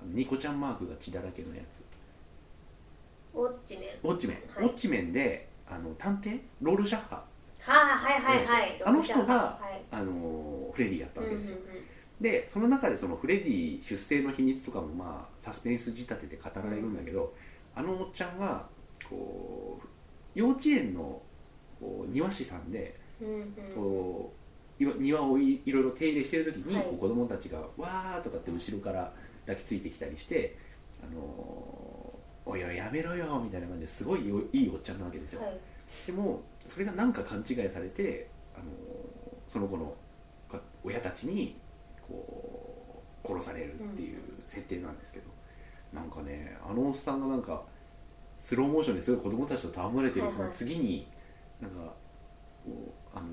Speaker 1: あのニコちゃんマークが血だらけのやつ
Speaker 2: ウォッチメン
Speaker 1: ウォッチメン、
Speaker 2: はい
Speaker 1: ウォッチメンであの探偵ロールシャッハ
Speaker 2: はあはいはいはい
Speaker 1: あの人が
Speaker 2: はい
Speaker 1: あのーフレディやった
Speaker 2: うん
Speaker 1: わ
Speaker 2: う
Speaker 1: け
Speaker 2: んうん
Speaker 1: ですよ、でその中でそのフレディ出生の秘密とかもまあサスペンス仕立てで語られるんだけど、あのおっちゃんがこう幼稚園のこう庭師さんで
Speaker 2: うんうん
Speaker 1: こういわ庭をいいろいろ手入れしてる時に、
Speaker 2: はい
Speaker 1: こう子供たちが「わー」とかって後ろから抱きついてきたりして「あのーおいおいやめろよ」みたいな感じですごいよいいおっちゃんなわけですよ、
Speaker 2: はい
Speaker 1: でもそれがなんか勘違いされて、あのその子のか親たちにこう殺されるっていう設定なんですけど、なんかねあのおっさんがなんかスローモーションですごい子供たちと戯れてる
Speaker 2: はい
Speaker 1: そ
Speaker 2: はい
Speaker 1: の次になんかこうあの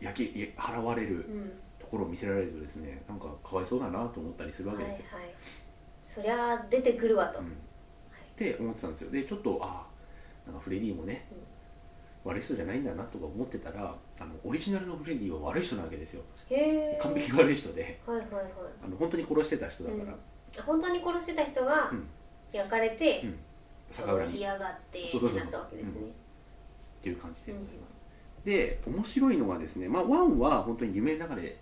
Speaker 1: 焼きい払われる
Speaker 2: うん
Speaker 1: ところを見せられるとですねなんかかわいそうだなと思ったりするわ
Speaker 2: は
Speaker 1: け
Speaker 2: い
Speaker 1: です
Speaker 2: は
Speaker 1: よ
Speaker 2: い。そりゃ出てくるわと、
Speaker 1: うんって思ってたんですよでちょっとああなんかフレディもね、悪い人じゃないんだなとか思ってたらあのオリジナルのフレディは悪い人なわけですよ
Speaker 2: へえ
Speaker 1: 完璧に悪い人で
Speaker 2: はいはいはい
Speaker 1: あの本当に殺してた人だから、
Speaker 2: うん本当に殺してた人が
Speaker 1: うん
Speaker 2: 焼かれて、
Speaker 1: うん逆
Speaker 2: 殺
Speaker 1: 恨み
Speaker 2: し
Speaker 1: っ
Speaker 2: やがって
Speaker 1: そうそうそう
Speaker 2: なったわけですね
Speaker 1: ていう感じでございます、で面白いのがですね、まあ、1は本当に夢の中で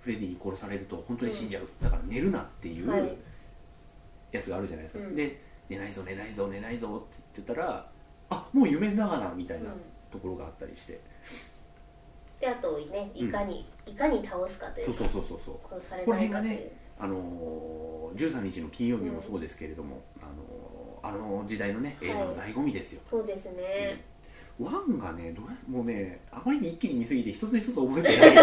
Speaker 1: フレディに殺されると本当に死んじゃう、だから寝るなっていう、
Speaker 2: はい
Speaker 1: やつがあるじゃないですか、
Speaker 2: うん
Speaker 1: で寝ないぞ寝ないぞ寝ないぞって言ってたらあもう夢の中だみたいな
Speaker 2: うん
Speaker 1: ところがあったりして、
Speaker 2: であとねいかに、いかに倒すかという
Speaker 1: そうそうそうそうそう
Speaker 2: 殺されないかという、
Speaker 1: あのー、13日の金曜日もそうですけれども、あのーあの時代のね
Speaker 2: はい
Speaker 1: 映画の醍醐味ですよ、
Speaker 2: そうですね、
Speaker 1: うんワンがねどうやもうねあまりに一気に見すぎて一つ一つ覚えて ない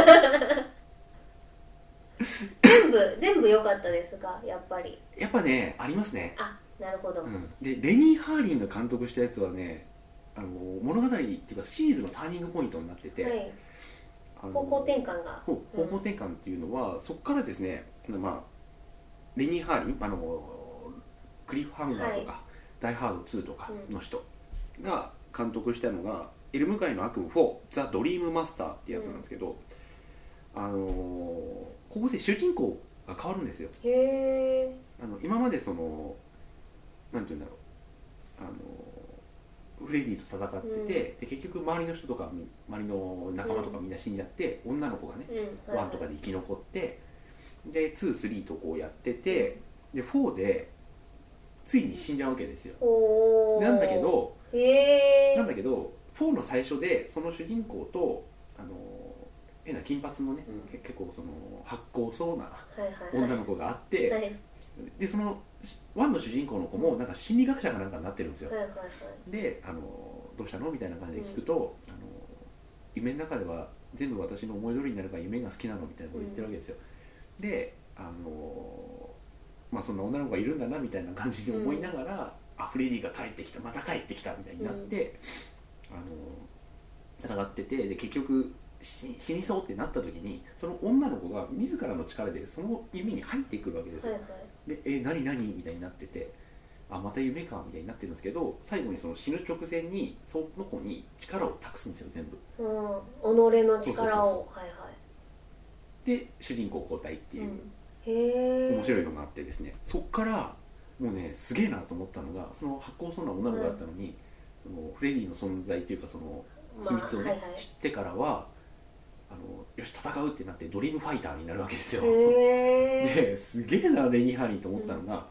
Speaker 2: 全部全部良かったですがやっぱり
Speaker 1: やっぱねありますね、
Speaker 2: あなるほど、
Speaker 1: うん、でレニー・ハーリンが監督したやつはねあのー物語っていうかシリーズのターニングポイントになってて、
Speaker 2: はい、
Speaker 1: あのー
Speaker 2: 方向転換が
Speaker 1: ほう方向転換っていうのは、そこからですね、まあ、レニー・ハーリンあのクリフ・ハンガーとか、ダイ・ハード2とかの人が監督したのが「エルム街の悪夢4ザ・ドリームマスター」ってやつなんですけど、あのーここで主人公が変わるんですよ
Speaker 2: へえ
Speaker 1: あの今までそのなんて言うんだろうあのフレディと戦ってて、
Speaker 2: うん
Speaker 1: で結局周りの人とか周りの仲間とかみんな死んじゃって、女の子がね
Speaker 2: うん
Speaker 1: 1とかで生き残ってで23とこうやっててで4でついに死んじゃうわけですよ
Speaker 2: おお
Speaker 1: なんだけど
Speaker 2: へえ
Speaker 1: なんだけど4の最初でその主人公とあの変な金髪のね、
Speaker 2: うん
Speaker 1: け結構その発光そうない
Speaker 2: はいはい
Speaker 1: 女の子があって、
Speaker 2: はいはい
Speaker 1: でそのしワンの主人公の子もなんか心理学者かなんかになってるんですよ、
Speaker 2: はいはい
Speaker 1: であの「どうしたの?」みたいな感じで聞くと、あの夢の中では全部私の思い通りになるから夢が好きなのみたいなこと言ってるわけですよ、であのまあそんな女の子がいるんだなみたいな感じで思いながら、あフレディが帰ってきたまた帰ってきたみたいになって、あの戦っててで結局死死にそうってなった時にその女の子が自らの力でその夢に入ってくるわけですよ、
Speaker 2: はいはい
Speaker 1: で「え何何?」みたいになってて「あまた夢か」みたいになってるんですけど最後にその死ぬ直前にその子に力を託すんですよ全部
Speaker 2: うん己の力をはいはい
Speaker 1: で主人公交代っていう、
Speaker 2: へえ
Speaker 1: 面白
Speaker 2: い
Speaker 1: いのがあってですねそっからもうねすげえなと思ったのがその発光そうな女の子だったのに、そのフレディの存在というかその秘密をね、
Speaker 2: まあはいはい
Speaker 1: 知ってからはあのよし戦うってなってドリームファイターになるわけですよ、
Speaker 2: へえ
Speaker 1: ですげえなレニー・ハリーと思ったのが、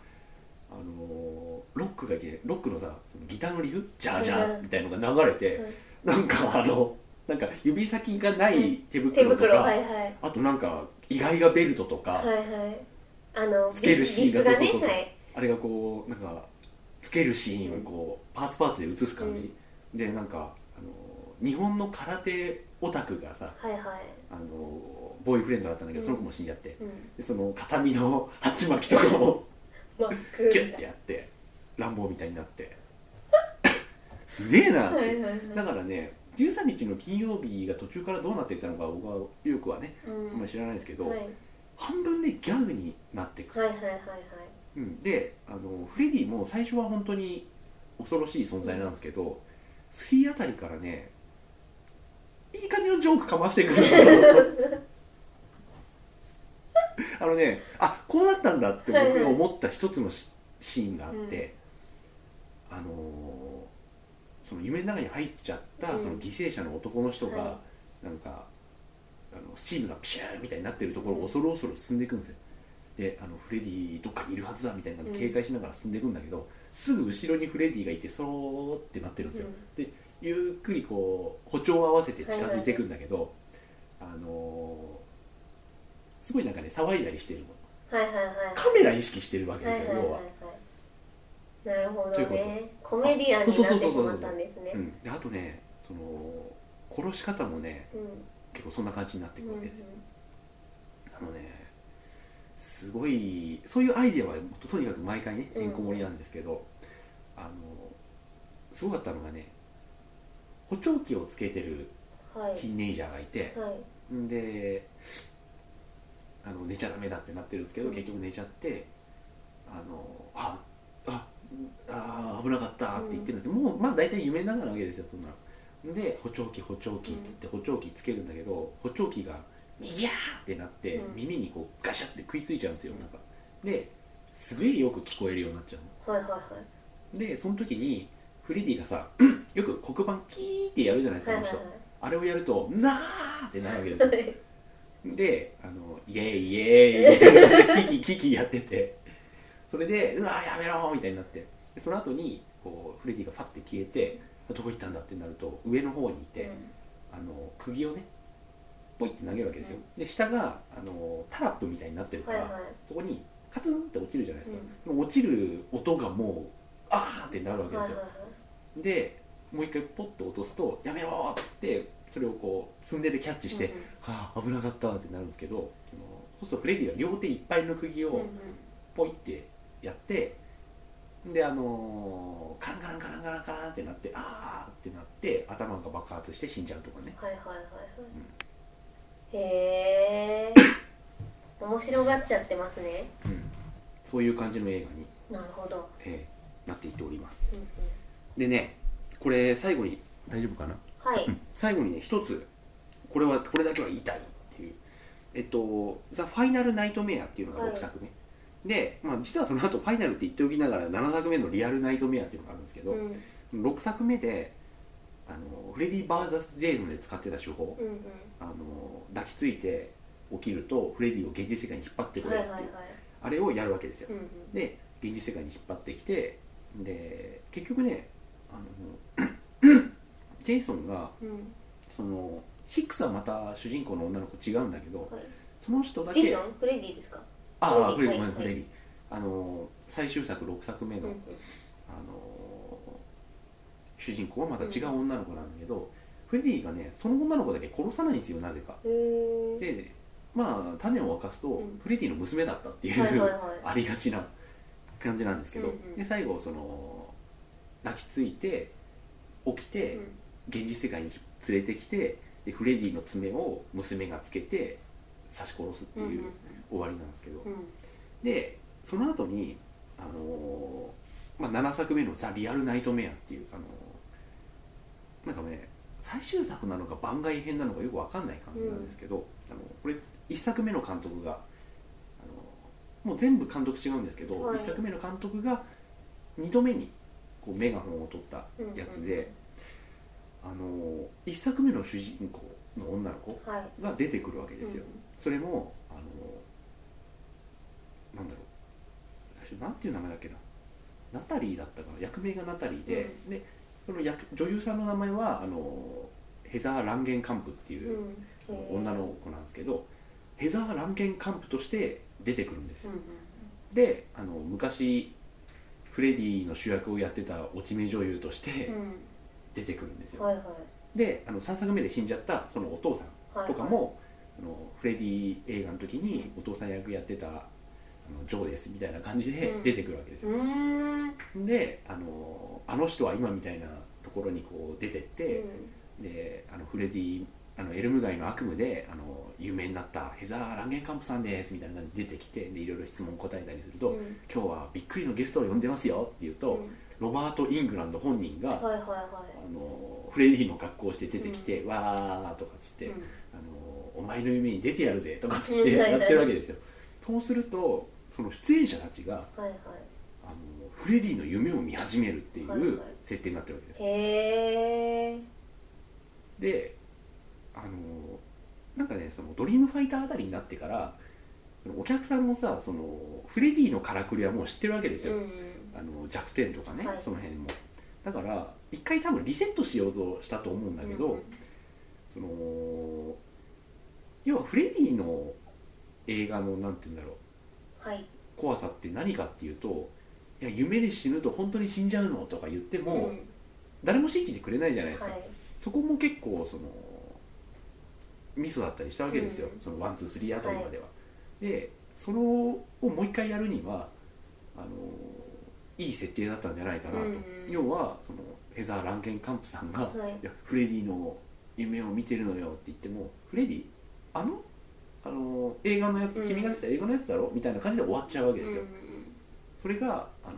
Speaker 1: あのーロックがいてロックのさギターのリフジャージャーみたいのが流れて、なんかあのなんか指先がない手
Speaker 2: 手
Speaker 1: 袋と
Speaker 2: 袋
Speaker 1: か、
Speaker 2: はいはい
Speaker 1: あとなんか意外がベルトとか、
Speaker 2: はいはいあの
Speaker 1: つけるシーンが
Speaker 2: ビスビ
Speaker 1: そ
Speaker 2: ス
Speaker 1: うそうそうそう
Speaker 2: がねはい
Speaker 1: あれがこうなんかつけるシーンをこうパーツパーツで映す感じ、でなんか、あのー日本の空手オタクがさ、
Speaker 2: はいはい
Speaker 1: あのーボーイフレンドだったんだけど、
Speaker 2: うん
Speaker 1: その子も死んじゃって
Speaker 2: うん
Speaker 1: でその形見の 鉢巻きとかも
Speaker 2: マック
Speaker 1: キュッてやって乱暴みたいになって すげえなって、
Speaker 2: はいはいはい
Speaker 1: だからね13日の金曜日が途中からどうなっていったのか僕はよくはね
Speaker 2: うん
Speaker 1: あんまり知らないですけど、
Speaker 2: はい
Speaker 1: 半分でギャグになってく、
Speaker 2: はいはいはいはい
Speaker 1: うん、であのフレディも最初は本当に恐ろしい存在なんですけど3あたりからねいい感じのジョークかましてくるん ですよあのねあこうなったんだって僕が思った一つのシシーンがあって、あのーその夢の中に入っちゃった
Speaker 2: うん
Speaker 1: その犠牲者の男の人が、
Speaker 2: は
Speaker 1: なんかあのスチームがピシューみたいになってるところを恐る恐る進んでいくんですよであのフレディどっかにいるはずだみたいなので警戒しながら進んでいくんだけど、すぐ後ろにフレディがいてそーってなってるんですよ、ゆっくりこう歩調を合わせて近づいていくんだけど、あのーすごいなんかね騒いだりしてるの
Speaker 2: はいはいはいはい
Speaker 1: カメラ意識してるわけ
Speaker 2: は
Speaker 1: で
Speaker 2: い
Speaker 1: す
Speaker 2: はい
Speaker 1: よ、
Speaker 2: はい
Speaker 1: 要は
Speaker 2: は、いなるほど
Speaker 1: という
Speaker 2: ねコメディアンになってしまったんですね
Speaker 1: うん、であとねその殺し方もね
Speaker 2: うん
Speaker 1: 結構そんな感じになってくるわ
Speaker 2: うんう
Speaker 1: け
Speaker 2: ん
Speaker 1: です、あのねすごいそういうアイデアはとにかく毎回ねてんこ盛りなんですけど、あのすごかったのがね補聴器をつけてる
Speaker 2: はい
Speaker 1: ティーンエイジャーがいて、
Speaker 2: はい
Speaker 1: であの寝ちゃダメだってなってるんですけど、
Speaker 2: うん
Speaker 1: 結局寝ちゃってあのあああー危なかったって言ってるんですけど、もうまあ大体夢の中なわけですよそんなので補聴器補聴器っつって補聴器つけるんだけど補聴器が「にぎゃー!」ってなって、
Speaker 2: うん
Speaker 1: 耳にこうガシャって食いついちゃうんですよなんかですげえよく聞こえるようになっちゃうの
Speaker 2: はいはいはい
Speaker 1: でその時にフレディがさ よく黒板キーってやるじゃないです
Speaker 2: は
Speaker 1: かあ
Speaker 2: い
Speaker 1: の
Speaker 2: はいは
Speaker 1: 人、
Speaker 2: い
Speaker 1: あれをやると「なー!」ってなるわけですよ であのイエーイイエーイみたいなキキキキやっててそれでうわーやめろーみたいになってでその後にこうフレディがパッて消えてどこ行ったんだってなると上の方にいて、あの釘をねポイって投げるわけですよ、で下があのタラップみたいになってるか
Speaker 2: はい
Speaker 1: ら、
Speaker 2: はい
Speaker 1: そこにカツンって落ちるじゃないですか、でも落ちる音がもうあーってなるわけで
Speaker 2: は
Speaker 1: す
Speaker 2: い
Speaker 1: よ、
Speaker 2: は
Speaker 1: でもう一回ポッと落とすとやめろーって言ってそれをこう積んででキャッチ
Speaker 2: い
Speaker 1: して、はあ、危なかったってなるんですけどあのそうするとフレディが両手いっぱいの釘
Speaker 2: うんうん
Speaker 1: をポイってやって、であのーカランカランカランカランカランってなってああってなって頭が爆発して死んじゃうとかね
Speaker 2: はいはいはいはい
Speaker 1: ん
Speaker 2: へえ面白がっちゃってますね
Speaker 1: うんそういう感じの映画に、
Speaker 2: なるほど
Speaker 1: えーなっていっておりま
Speaker 2: う
Speaker 1: す
Speaker 2: んうん
Speaker 1: でねこれ最後に大丈夫かな
Speaker 2: はい
Speaker 1: うん最後にね一つこれはこれだけは言いたいっていうえっと「ザ・ファイナル・ナイトメア」っていうのが
Speaker 2: はい
Speaker 1: 6作目、で、まあ、実はその後ファイナルって言っておきながら7作目の「リアル・ナイトメア」っていうのがあるんですけど、
Speaker 2: うんうん
Speaker 1: 6作目であのフレディ・バーザス・ジェイソンで使ってた手法、
Speaker 2: うん
Speaker 1: あの抱きついて起きるとフレディを現実世界に引っ張ってく
Speaker 2: は
Speaker 1: れ
Speaker 2: い
Speaker 1: るっ
Speaker 2: は
Speaker 1: て
Speaker 2: い
Speaker 1: いう、
Speaker 2: はい
Speaker 1: あれをやるわけですよ
Speaker 2: うんうん
Speaker 1: で現実世界に引っ張ってきてで結局ねあの ジェイソンが
Speaker 2: うん
Speaker 1: その6はまた主人公の女の子違うんだけど、
Speaker 2: はい
Speaker 1: その人だ
Speaker 2: ジェイ
Speaker 1: け
Speaker 2: ソンフレディですか
Speaker 1: ああフ
Speaker 2: フレ
Speaker 1: レデ
Speaker 2: ディ
Speaker 1: ィごめん
Speaker 2: はい
Speaker 1: フレディあの最終作6作目
Speaker 2: う
Speaker 1: の、
Speaker 2: んうん
Speaker 1: あの主人公はまた違う女の子なんだけど、フレディがねその女の子だけ殺さないんですよなぜか
Speaker 2: へえ
Speaker 1: でまあ種を明かすと、
Speaker 2: うん
Speaker 1: フレディの娘だったっていう、
Speaker 2: はいはいはい
Speaker 1: ありがちな感じなんですけど、
Speaker 2: うんうん
Speaker 1: で最後その抱きついて起きて、
Speaker 2: うん
Speaker 1: 現実世界に連れてきてでフレディの爪を娘がつけて刺し殺すって
Speaker 2: うん
Speaker 1: いううん終わりなんですけど、
Speaker 2: うん
Speaker 1: でその後にあのーまあ、7作目の「ザ・リアル・ナイトメア」っていう、あのーなんかね最終作なのか番外編なのかよく分かんない感じなんですけど、あのこれ1作目の監督が、あのーもう全部監督違うんですけど、
Speaker 2: はい
Speaker 1: 1作目の監督が2度目にこうメガホンを取った
Speaker 2: うんうん
Speaker 1: やつで、あの1作目の主人公の女の子
Speaker 2: はい
Speaker 1: が出てくるわけですよ。それもあのなんだろう最初なんていう名前だっけなナタリーだったかな役名がナタリーで、でその役女優さんの名前はあのヘザー・ランゲンカンプって
Speaker 2: うん
Speaker 1: いううん
Speaker 2: へー
Speaker 1: 女の子なんですけど、ヘザー・ランゲンカンプとして出てくるんです
Speaker 2: う
Speaker 1: よ、
Speaker 2: んうん
Speaker 1: であの昔フレディの主役をやってた落ち目女優とし
Speaker 2: う
Speaker 1: て
Speaker 2: ん
Speaker 1: 出てくるんです
Speaker 2: うん
Speaker 1: よ、
Speaker 2: はいはい
Speaker 1: であの3作目で死んじゃったそのお父さん
Speaker 2: はい
Speaker 1: とかも、あのフレディ映画の時にお父さん役やってたあのジョーですみたいな感じで
Speaker 2: うん
Speaker 1: 出てくるわけです
Speaker 2: う
Speaker 1: よ、
Speaker 2: ーん
Speaker 1: であのあの人は今みたいなところにこう出てって、であのフレディあのエルム街の悪夢であの有名になったヘザー・ランゲンカンプさんですみたいな感じで出てきてでいろいろ質問答えたりすると、
Speaker 2: うん
Speaker 1: 今日はびっくりのゲストを呼んでますよって言うと、
Speaker 2: うん
Speaker 1: ロバート・イングランド本人が、
Speaker 2: はいはいは
Speaker 1: あのフレディの格好をして出てきて、わーとかっつって、
Speaker 2: い
Speaker 1: あのお前の夢に出てやるぜとかっつっ
Speaker 2: う
Speaker 1: て
Speaker 2: んはい
Speaker 1: や
Speaker 2: はい
Speaker 1: ってるわけですよそうするとその出演者たちが
Speaker 2: うんはいは
Speaker 1: あのフレディの夢を見始めるってい
Speaker 2: はいはいう
Speaker 1: 設定になってるわけです
Speaker 2: いへえ
Speaker 1: であのなんかねそのドリームファイターあたりになってからそのお客さんもさそのフレディのからくりはもう知ってるわけですよ、
Speaker 2: うん
Speaker 1: あの弱点とかね、
Speaker 2: はい
Speaker 1: その辺もだから一回多分リセットしようとしたと思うんだけど、その要はフレディの映画のなんて言うんだろう
Speaker 2: はい
Speaker 1: 怖さって何かっていうといや夢で死ぬと本当に死んじゃうのとか言っても、
Speaker 2: うん
Speaker 1: 誰も信じてくれないじゃないですか、
Speaker 2: はい
Speaker 1: そこも結構そのミソだったりしたわけですよ、
Speaker 2: うん
Speaker 1: そのワンツースリーあたりまでは、でそれをもう一回やるにはあのいい設定だったんじゃないかなと、
Speaker 2: うんうん
Speaker 1: 要はそのヘザー・ランケンカンプさんが、
Speaker 2: はい
Speaker 1: いやフレディの夢を見てるのよって言ってもフレディあのあの映画のやつ
Speaker 2: うん
Speaker 1: 君が出てた映画のやつだろみたいな感じで終わっちゃうわけ
Speaker 2: うん
Speaker 1: です
Speaker 2: うんう
Speaker 1: よ、
Speaker 2: ん
Speaker 1: それがあの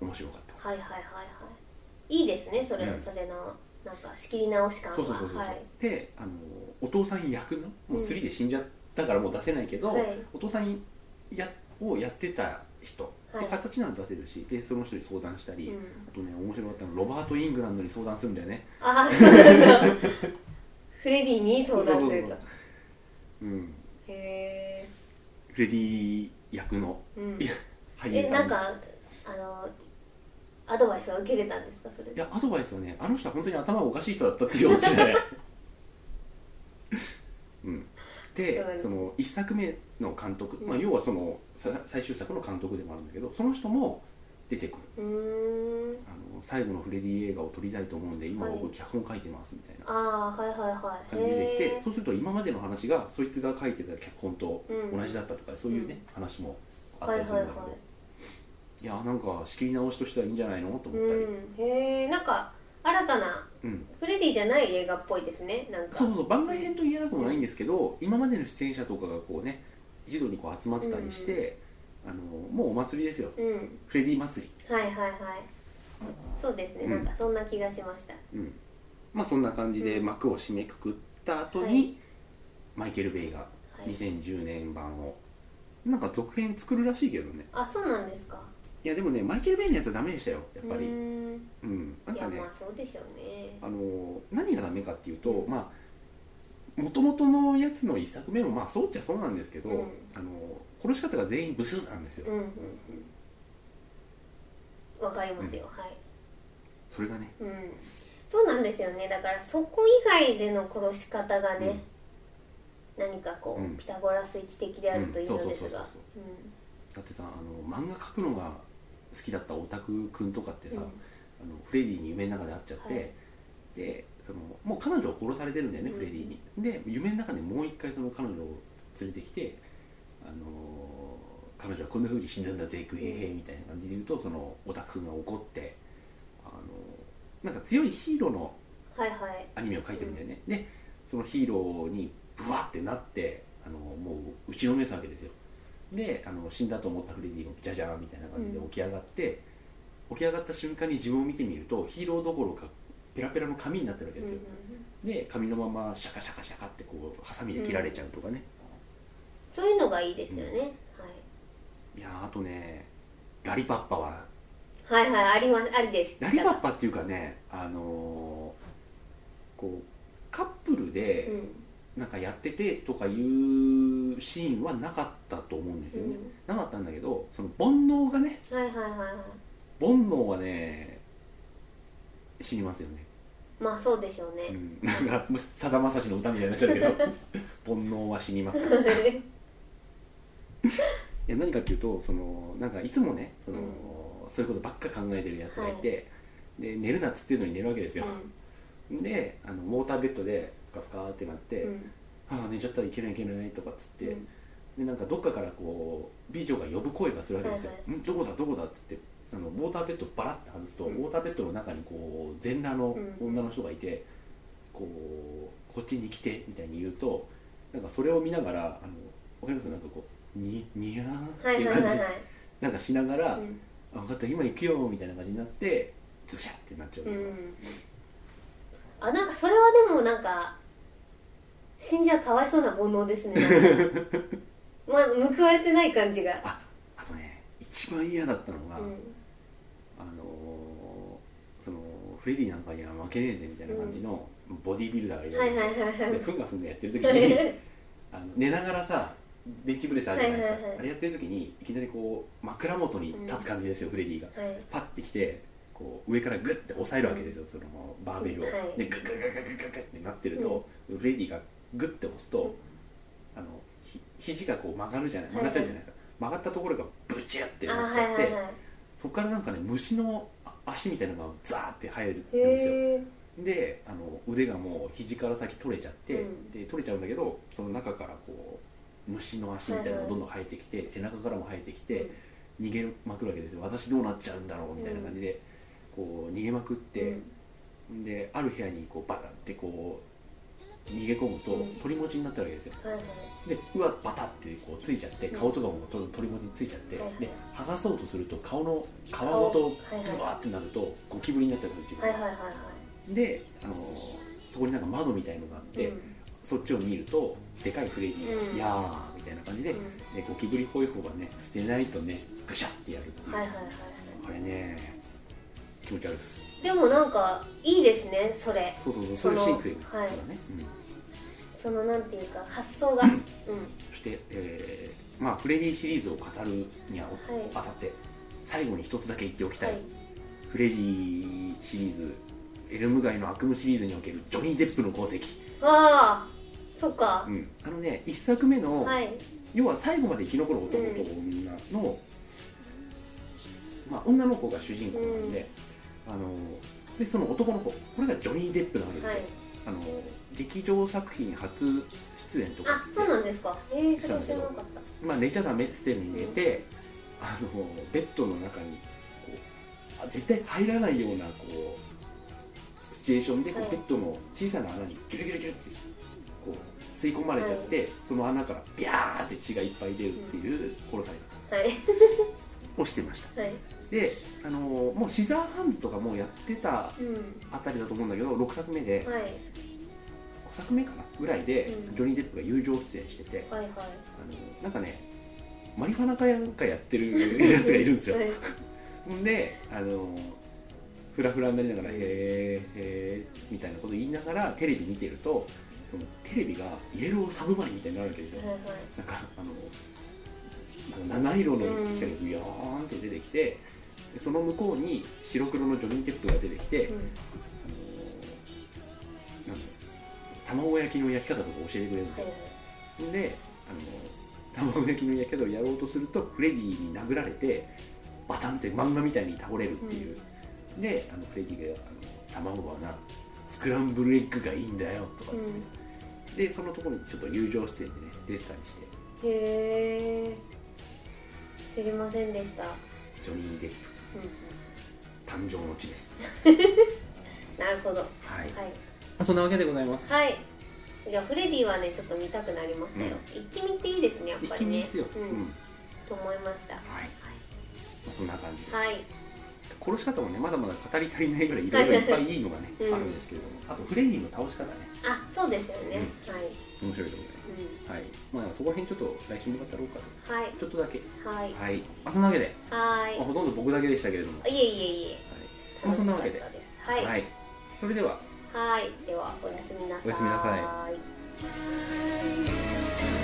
Speaker 1: 面白かった、
Speaker 2: はいはいはいはいいいですねそれ、
Speaker 1: うん
Speaker 2: それのなんか仕切り直し感は
Speaker 1: そうそうそうそう、
Speaker 2: はい
Speaker 1: であのお父さん役のもう3で死んじゃったからもう出せないけど、
Speaker 2: はい
Speaker 1: お父さんやをやってた人
Speaker 2: は
Speaker 1: で
Speaker 2: い
Speaker 1: 形なら出せるしでその人に相談したり、
Speaker 2: う
Speaker 1: あ
Speaker 2: ん
Speaker 1: とね面白かったのはロバート・イングランドに相談するんだよね
Speaker 2: ああそうなんだフレディに相談する
Speaker 1: そうそうそ
Speaker 2: と
Speaker 1: ううん
Speaker 2: へ
Speaker 1: フレディ役の
Speaker 2: え、うん
Speaker 1: い、や俳優さん
Speaker 2: え
Speaker 1: に
Speaker 2: なんかあのアドバイスは受けれたんですかそれ
Speaker 1: い
Speaker 2: で
Speaker 1: やアドバイスはねあの人は本当に頭がおかしい人だったっていうオチ で、うん、
Speaker 2: そうなんで
Speaker 1: ですその1作目の監督、
Speaker 2: うん
Speaker 1: まあ、要はそのさ最終作の監督でもあるんだけどその人も出てくる
Speaker 2: うーん
Speaker 1: あの最後のフレディ映画を撮りたいと思うんで今
Speaker 2: はい
Speaker 1: 僕脚本書いてますみたいな
Speaker 2: ああはいはいはい
Speaker 1: 感じできて、
Speaker 2: へ
Speaker 1: そうすると今までの話がそいつが書いてた脚本と
Speaker 2: えうん
Speaker 1: 同じだったとか、そういうね話もあったりするんだけど、
Speaker 2: はいいはい
Speaker 1: やなんか仕切り直しとしてはいいんじゃないのと思ったり、
Speaker 2: うんへえんか新たな
Speaker 1: うん、
Speaker 2: フレディじゃない映画っぽいですねなんか
Speaker 1: そうそうそう番外編と言えなくもないんですけど、今までの出演者とかがこうね一度にこう集まったりして、あのもうお祭りですよ
Speaker 2: うん
Speaker 1: フレディ祭り、
Speaker 2: はいはいはいそうですね、
Speaker 1: うん
Speaker 2: なんかそんな気がしました
Speaker 1: うん、まあそんな感じで幕を締めくくった後に、
Speaker 2: はい
Speaker 1: マイケル・ベイが
Speaker 2: はい
Speaker 1: 2010年版をなんか続編作るらしいけどね
Speaker 2: あそうなんですか
Speaker 1: いやでもねマイケル・ベイのやつはダメでしたよやっぱ
Speaker 2: うー
Speaker 1: り
Speaker 2: ん
Speaker 1: うん、なん
Speaker 2: い
Speaker 1: か
Speaker 2: や
Speaker 1: ね
Speaker 2: まあそうでしょうね
Speaker 1: あの何がダメかっていうとまあもともとのやつの一作目もまあそうっちゃそうなんですけど、
Speaker 2: うん
Speaker 1: あの殺し方が全員ブスなんですよ、
Speaker 2: うんうんうんわかりますよ、はい
Speaker 1: それがね
Speaker 2: うんそうなんですよねだからそこ以外での殺し方がね、何かこう、
Speaker 1: うん
Speaker 2: ピタゴラス一的であるといいの
Speaker 1: うんそ
Speaker 2: で
Speaker 1: うそう
Speaker 2: す
Speaker 1: そう
Speaker 2: が
Speaker 1: そう
Speaker 2: うん
Speaker 1: だってさあの漫画描くのが好きだったオタクくんとかってさ、
Speaker 2: うん
Speaker 1: あのフレディに夢の中で会っちゃって、
Speaker 2: はい
Speaker 1: でそのもう彼女を殺されてるんだよね、
Speaker 2: うん
Speaker 1: フレディにで夢の中でもう一回その彼女を連れてきて、あのー彼女はこんな風に死んだんだぜグヘヘみたいな感じで言うとそのオタクくんが怒って、あのーなんか強いヒーローの
Speaker 2: はいはい
Speaker 1: アニメを描いてるんだよね、でそのヒーローにブワってなってあのもう打ちのめすわけですよであの死んだと思ったフレディがジャジャーンみたいな感じで
Speaker 2: う
Speaker 1: 起
Speaker 2: ん
Speaker 1: き上がって、起き上がった瞬間に自分を見てみるとヒーローどころかペラペラの紙になってるわけ
Speaker 2: うん
Speaker 1: です
Speaker 2: うん
Speaker 1: よ、で紙のままシャカシャカシャカってこうハサミで切られちゃうとかね、
Speaker 2: そういうのがいいですよね、
Speaker 1: いやーあとねラリパッパは
Speaker 2: はい、はいはいありますありです
Speaker 1: ラリパッパっていうかねあのーこうカップルで、
Speaker 2: うん
Speaker 1: なんかやっててとかいうシーンはなかったと思うんですよね、
Speaker 2: う
Speaker 1: なかったんだけどその煩悩がね
Speaker 2: んはいはいはいはい
Speaker 1: 煩悩はね死にますよね、
Speaker 2: まあそうでしょう
Speaker 1: う
Speaker 2: ね、
Speaker 1: ん、なんかさだまさしの歌みたいになっちゃうけ ど煩悩は死にますいや何かっていうとそのなんかいつもねその、
Speaker 2: うん
Speaker 1: そういうことばっか考えてるやつがいて、で寝るなっつってるのに寝るわけですよ、であのウォーターベッドでふかふかってなって、
Speaker 2: うんうん
Speaker 1: ああ寝ちゃったらいけないいけないとかっつって、
Speaker 2: うん
Speaker 1: でなんかどっかからこう美女が呼ぶ声がするわけですよ
Speaker 2: はい
Speaker 1: 「んどこだどこだ」って言ってあのウォーターベッドをバラッて外すと、
Speaker 2: うん
Speaker 1: ウォーターベッドの中にこう全裸の
Speaker 2: うん
Speaker 1: 女の人がいて、こうこっちに来てみたいに言うとなんかそれを見ながらあのわかりますなんかこうににやーって
Speaker 2: はいはいいうはい
Speaker 1: 感
Speaker 2: は
Speaker 1: じ
Speaker 2: い、
Speaker 1: なんかしながら「
Speaker 2: うん
Speaker 1: あ分かった今行くよ」みたいな感じになってズシャってなっちゃう、
Speaker 2: うん、あなんかそれはでもなんか死んじゃうかわいそうな煩悩です ねなんかまあ報われてない感じが、
Speaker 1: ああとね一番嫌だったのが、
Speaker 2: うん
Speaker 1: あのーそのフレディなんかには負けねえぜみたいな感じのボディービルダーがいるわ
Speaker 2: は
Speaker 1: け
Speaker 2: い
Speaker 1: です
Speaker 2: は
Speaker 1: よ
Speaker 2: いはいはい
Speaker 1: でふんがふんがやってる時
Speaker 2: は
Speaker 1: に
Speaker 2: い
Speaker 1: あの寝ながらさベンチブレスあるじゃないですか、
Speaker 2: はいはいはい
Speaker 1: あれやってる時にいきなりこう枕元に立つ感じですよ、フレディが
Speaker 2: はい
Speaker 1: パッてきてこう上からグッて押さえるわけですよそのバーベルを、
Speaker 2: はい
Speaker 1: でグッグッグッグッグッグッグッってなってると、フレディがグッて押すと、あのひ肘がこう曲がるじゃない曲がっちゃうじゃないですか、曲がったところがブチュって
Speaker 2: あ
Speaker 1: なっち
Speaker 2: は
Speaker 1: ゃ
Speaker 2: い
Speaker 1: っ
Speaker 2: は
Speaker 1: て、
Speaker 2: いは
Speaker 1: そこからなんかね虫のあ足みたいなのがザーって生えるん
Speaker 2: い
Speaker 1: ですよ
Speaker 2: へえ
Speaker 1: であの腕がもう肘から先取れちゃって、
Speaker 2: うん
Speaker 1: で取れちゃうんだけどその中からこう虫の足みたいなのがどんどん生えてきて、背中からも生えてきて、逃げまくるわけですよ私どうなっちゃうんだろうみたいな感じで、こう逃げまくって、である部屋にこうバタってこう逃げ込むと、
Speaker 2: うん
Speaker 1: 鳥持ちになってるわけですよ、
Speaker 2: はいはい、
Speaker 1: でうわバタってこうついちゃって
Speaker 2: うん
Speaker 1: 顔とかもと取り物についちゃって、
Speaker 2: はいはい
Speaker 1: で剥がそうとすると顔の皮ごと
Speaker 2: はいはい
Speaker 1: ブワーってなるとゴキブリになっちゃうの自分
Speaker 2: はいはい
Speaker 1: が
Speaker 2: はいはい
Speaker 1: であのーそこになんか窓みたいのがあって、
Speaker 2: うん
Speaker 1: そっちを見るとでかいフレディが「
Speaker 2: うん
Speaker 1: いやー」みたいな感じで,、
Speaker 2: うん
Speaker 1: でゴキブリホイホイがね捨てないとねぐしゃってやるっていう、
Speaker 2: はいはいはいは
Speaker 1: あれね気持ち悪いです
Speaker 2: いでもなんかいいですねそれ
Speaker 1: そうそうそうそういうシーンですよね、
Speaker 2: そのはい
Speaker 1: そうだねうん
Speaker 2: そのなんていうか発想がうん
Speaker 1: そして、えーまあ、フレディシリーズを語るにあ
Speaker 2: い
Speaker 1: たって、最後に一つだけ言っておきた、
Speaker 2: はいい
Speaker 1: フレディシリーズエルム街の悪夢シリーズにおけるジョニー・デップの功績、
Speaker 2: ああそっか
Speaker 1: うんあのね1作目の、
Speaker 2: はい
Speaker 1: 要は最後まで生き残る男と女の、まあ、女の子が主人公なんで,、あのでその男の子これがジョニー・デップなわけですよ、
Speaker 2: はい
Speaker 1: あの劇場作品初出演とかっ
Speaker 2: あ
Speaker 1: つって
Speaker 2: そうなんですかええそれは知らなかった
Speaker 1: まあ、寝ちゃダメっつってんのに寝て、あのベッドの中にこうあ絶対入らないようなこうシチュエーションでこう、
Speaker 2: はい
Speaker 1: ベッドの小さな穴にギュルギュルギュルってこう吸い込まれちゃって、その穴からビャーって血がいっぱい出るっていう殺され
Speaker 2: はい
Speaker 1: 方をしてました
Speaker 2: はい
Speaker 1: で、あのもうシザーハンズとかもうやってた
Speaker 2: うん
Speaker 1: あたりだと思うんだけど6作目で、
Speaker 2: はい
Speaker 1: 5作目かなぐらいで、
Speaker 2: うん
Speaker 1: ジョニー・デップが友情出演してて
Speaker 2: はいはい
Speaker 1: あのなんかねマリファナかなんかやってるやつがいるんですよ
Speaker 2: はい
Speaker 1: であのフラフラになりながら「へえへえ」みたいなこと言いながらテレビ見てるとそのテレビがイエローサブマリンみたいになるわけですよ
Speaker 2: はいはい
Speaker 1: なんかあのなんか七色の光がビヨーンって出てきて、でその向こうに白黒のジョニー・テップが出てきて、
Speaker 2: うん
Speaker 1: あの卵焼きの焼き方とか教えてくれるんですよであの卵焼きの焼き方をやろうとするとフレディに殴られてバタンって漫画みたいに倒れるっていう、であのフレディがあの「卵はなスクランブルエッグがいいんだよ」とか
Speaker 2: う
Speaker 1: っ
Speaker 2: ん
Speaker 1: つっ
Speaker 2: うん
Speaker 1: て、でそのところにちょっと友情出演でね出てたりして
Speaker 2: へえ知りませんでした、うん
Speaker 1: ジョニー・デップ
Speaker 2: うん、
Speaker 1: 誕生の地です
Speaker 2: なるほどは
Speaker 1: はい
Speaker 2: い
Speaker 1: そんなわけでございます
Speaker 2: はい。いやフレディはねちょっと見たくなりましたよ。一気見っていいですねやっ
Speaker 1: 一
Speaker 2: ぱ
Speaker 1: 気
Speaker 2: りね。
Speaker 1: にですよ、
Speaker 2: う
Speaker 1: うん
Speaker 2: ん。と思いました。
Speaker 1: はい、まあ、そんな感じで、
Speaker 2: はい。
Speaker 1: 殺し方もねまだまだ語り足りないぐらいいろいろいっぱいいいのがね、
Speaker 2: うん
Speaker 1: あるんですけれどもあとフレディの倒し方ね
Speaker 2: あそうですよね。はい。
Speaker 1: 面白いところではい、まあそこら辺ちょっと来週も語ろうかと
Speaker 2: うん。はい。
Speaker 1: ちょっとだけ
Speaker 2: はい。
Speaker 1: はい、まあ、そんなわけで、まあ、
Speaker 2: は
Speaker 1: ほとんど僕だけでしたけれども、はい
Speaker 2: い。いえいえいえ。
Speaker 1: まあ、
Speaker 2: 楽
Speaker 1: そん
Speaker 2: し
Speaker 1: な
Speaker 2: か
Speaker 1: わ
Speaker 2: っ
Speaker 1: け
Speaker 2: たで。
Speaker 1: です
Speaker 2: はい。
Speaker 1: はい、それでは
Speaker 2: はい。ではおやすみなさい。
Speaker 1: おやすみなさ
Speaker 2: い。
Speaker 3: Time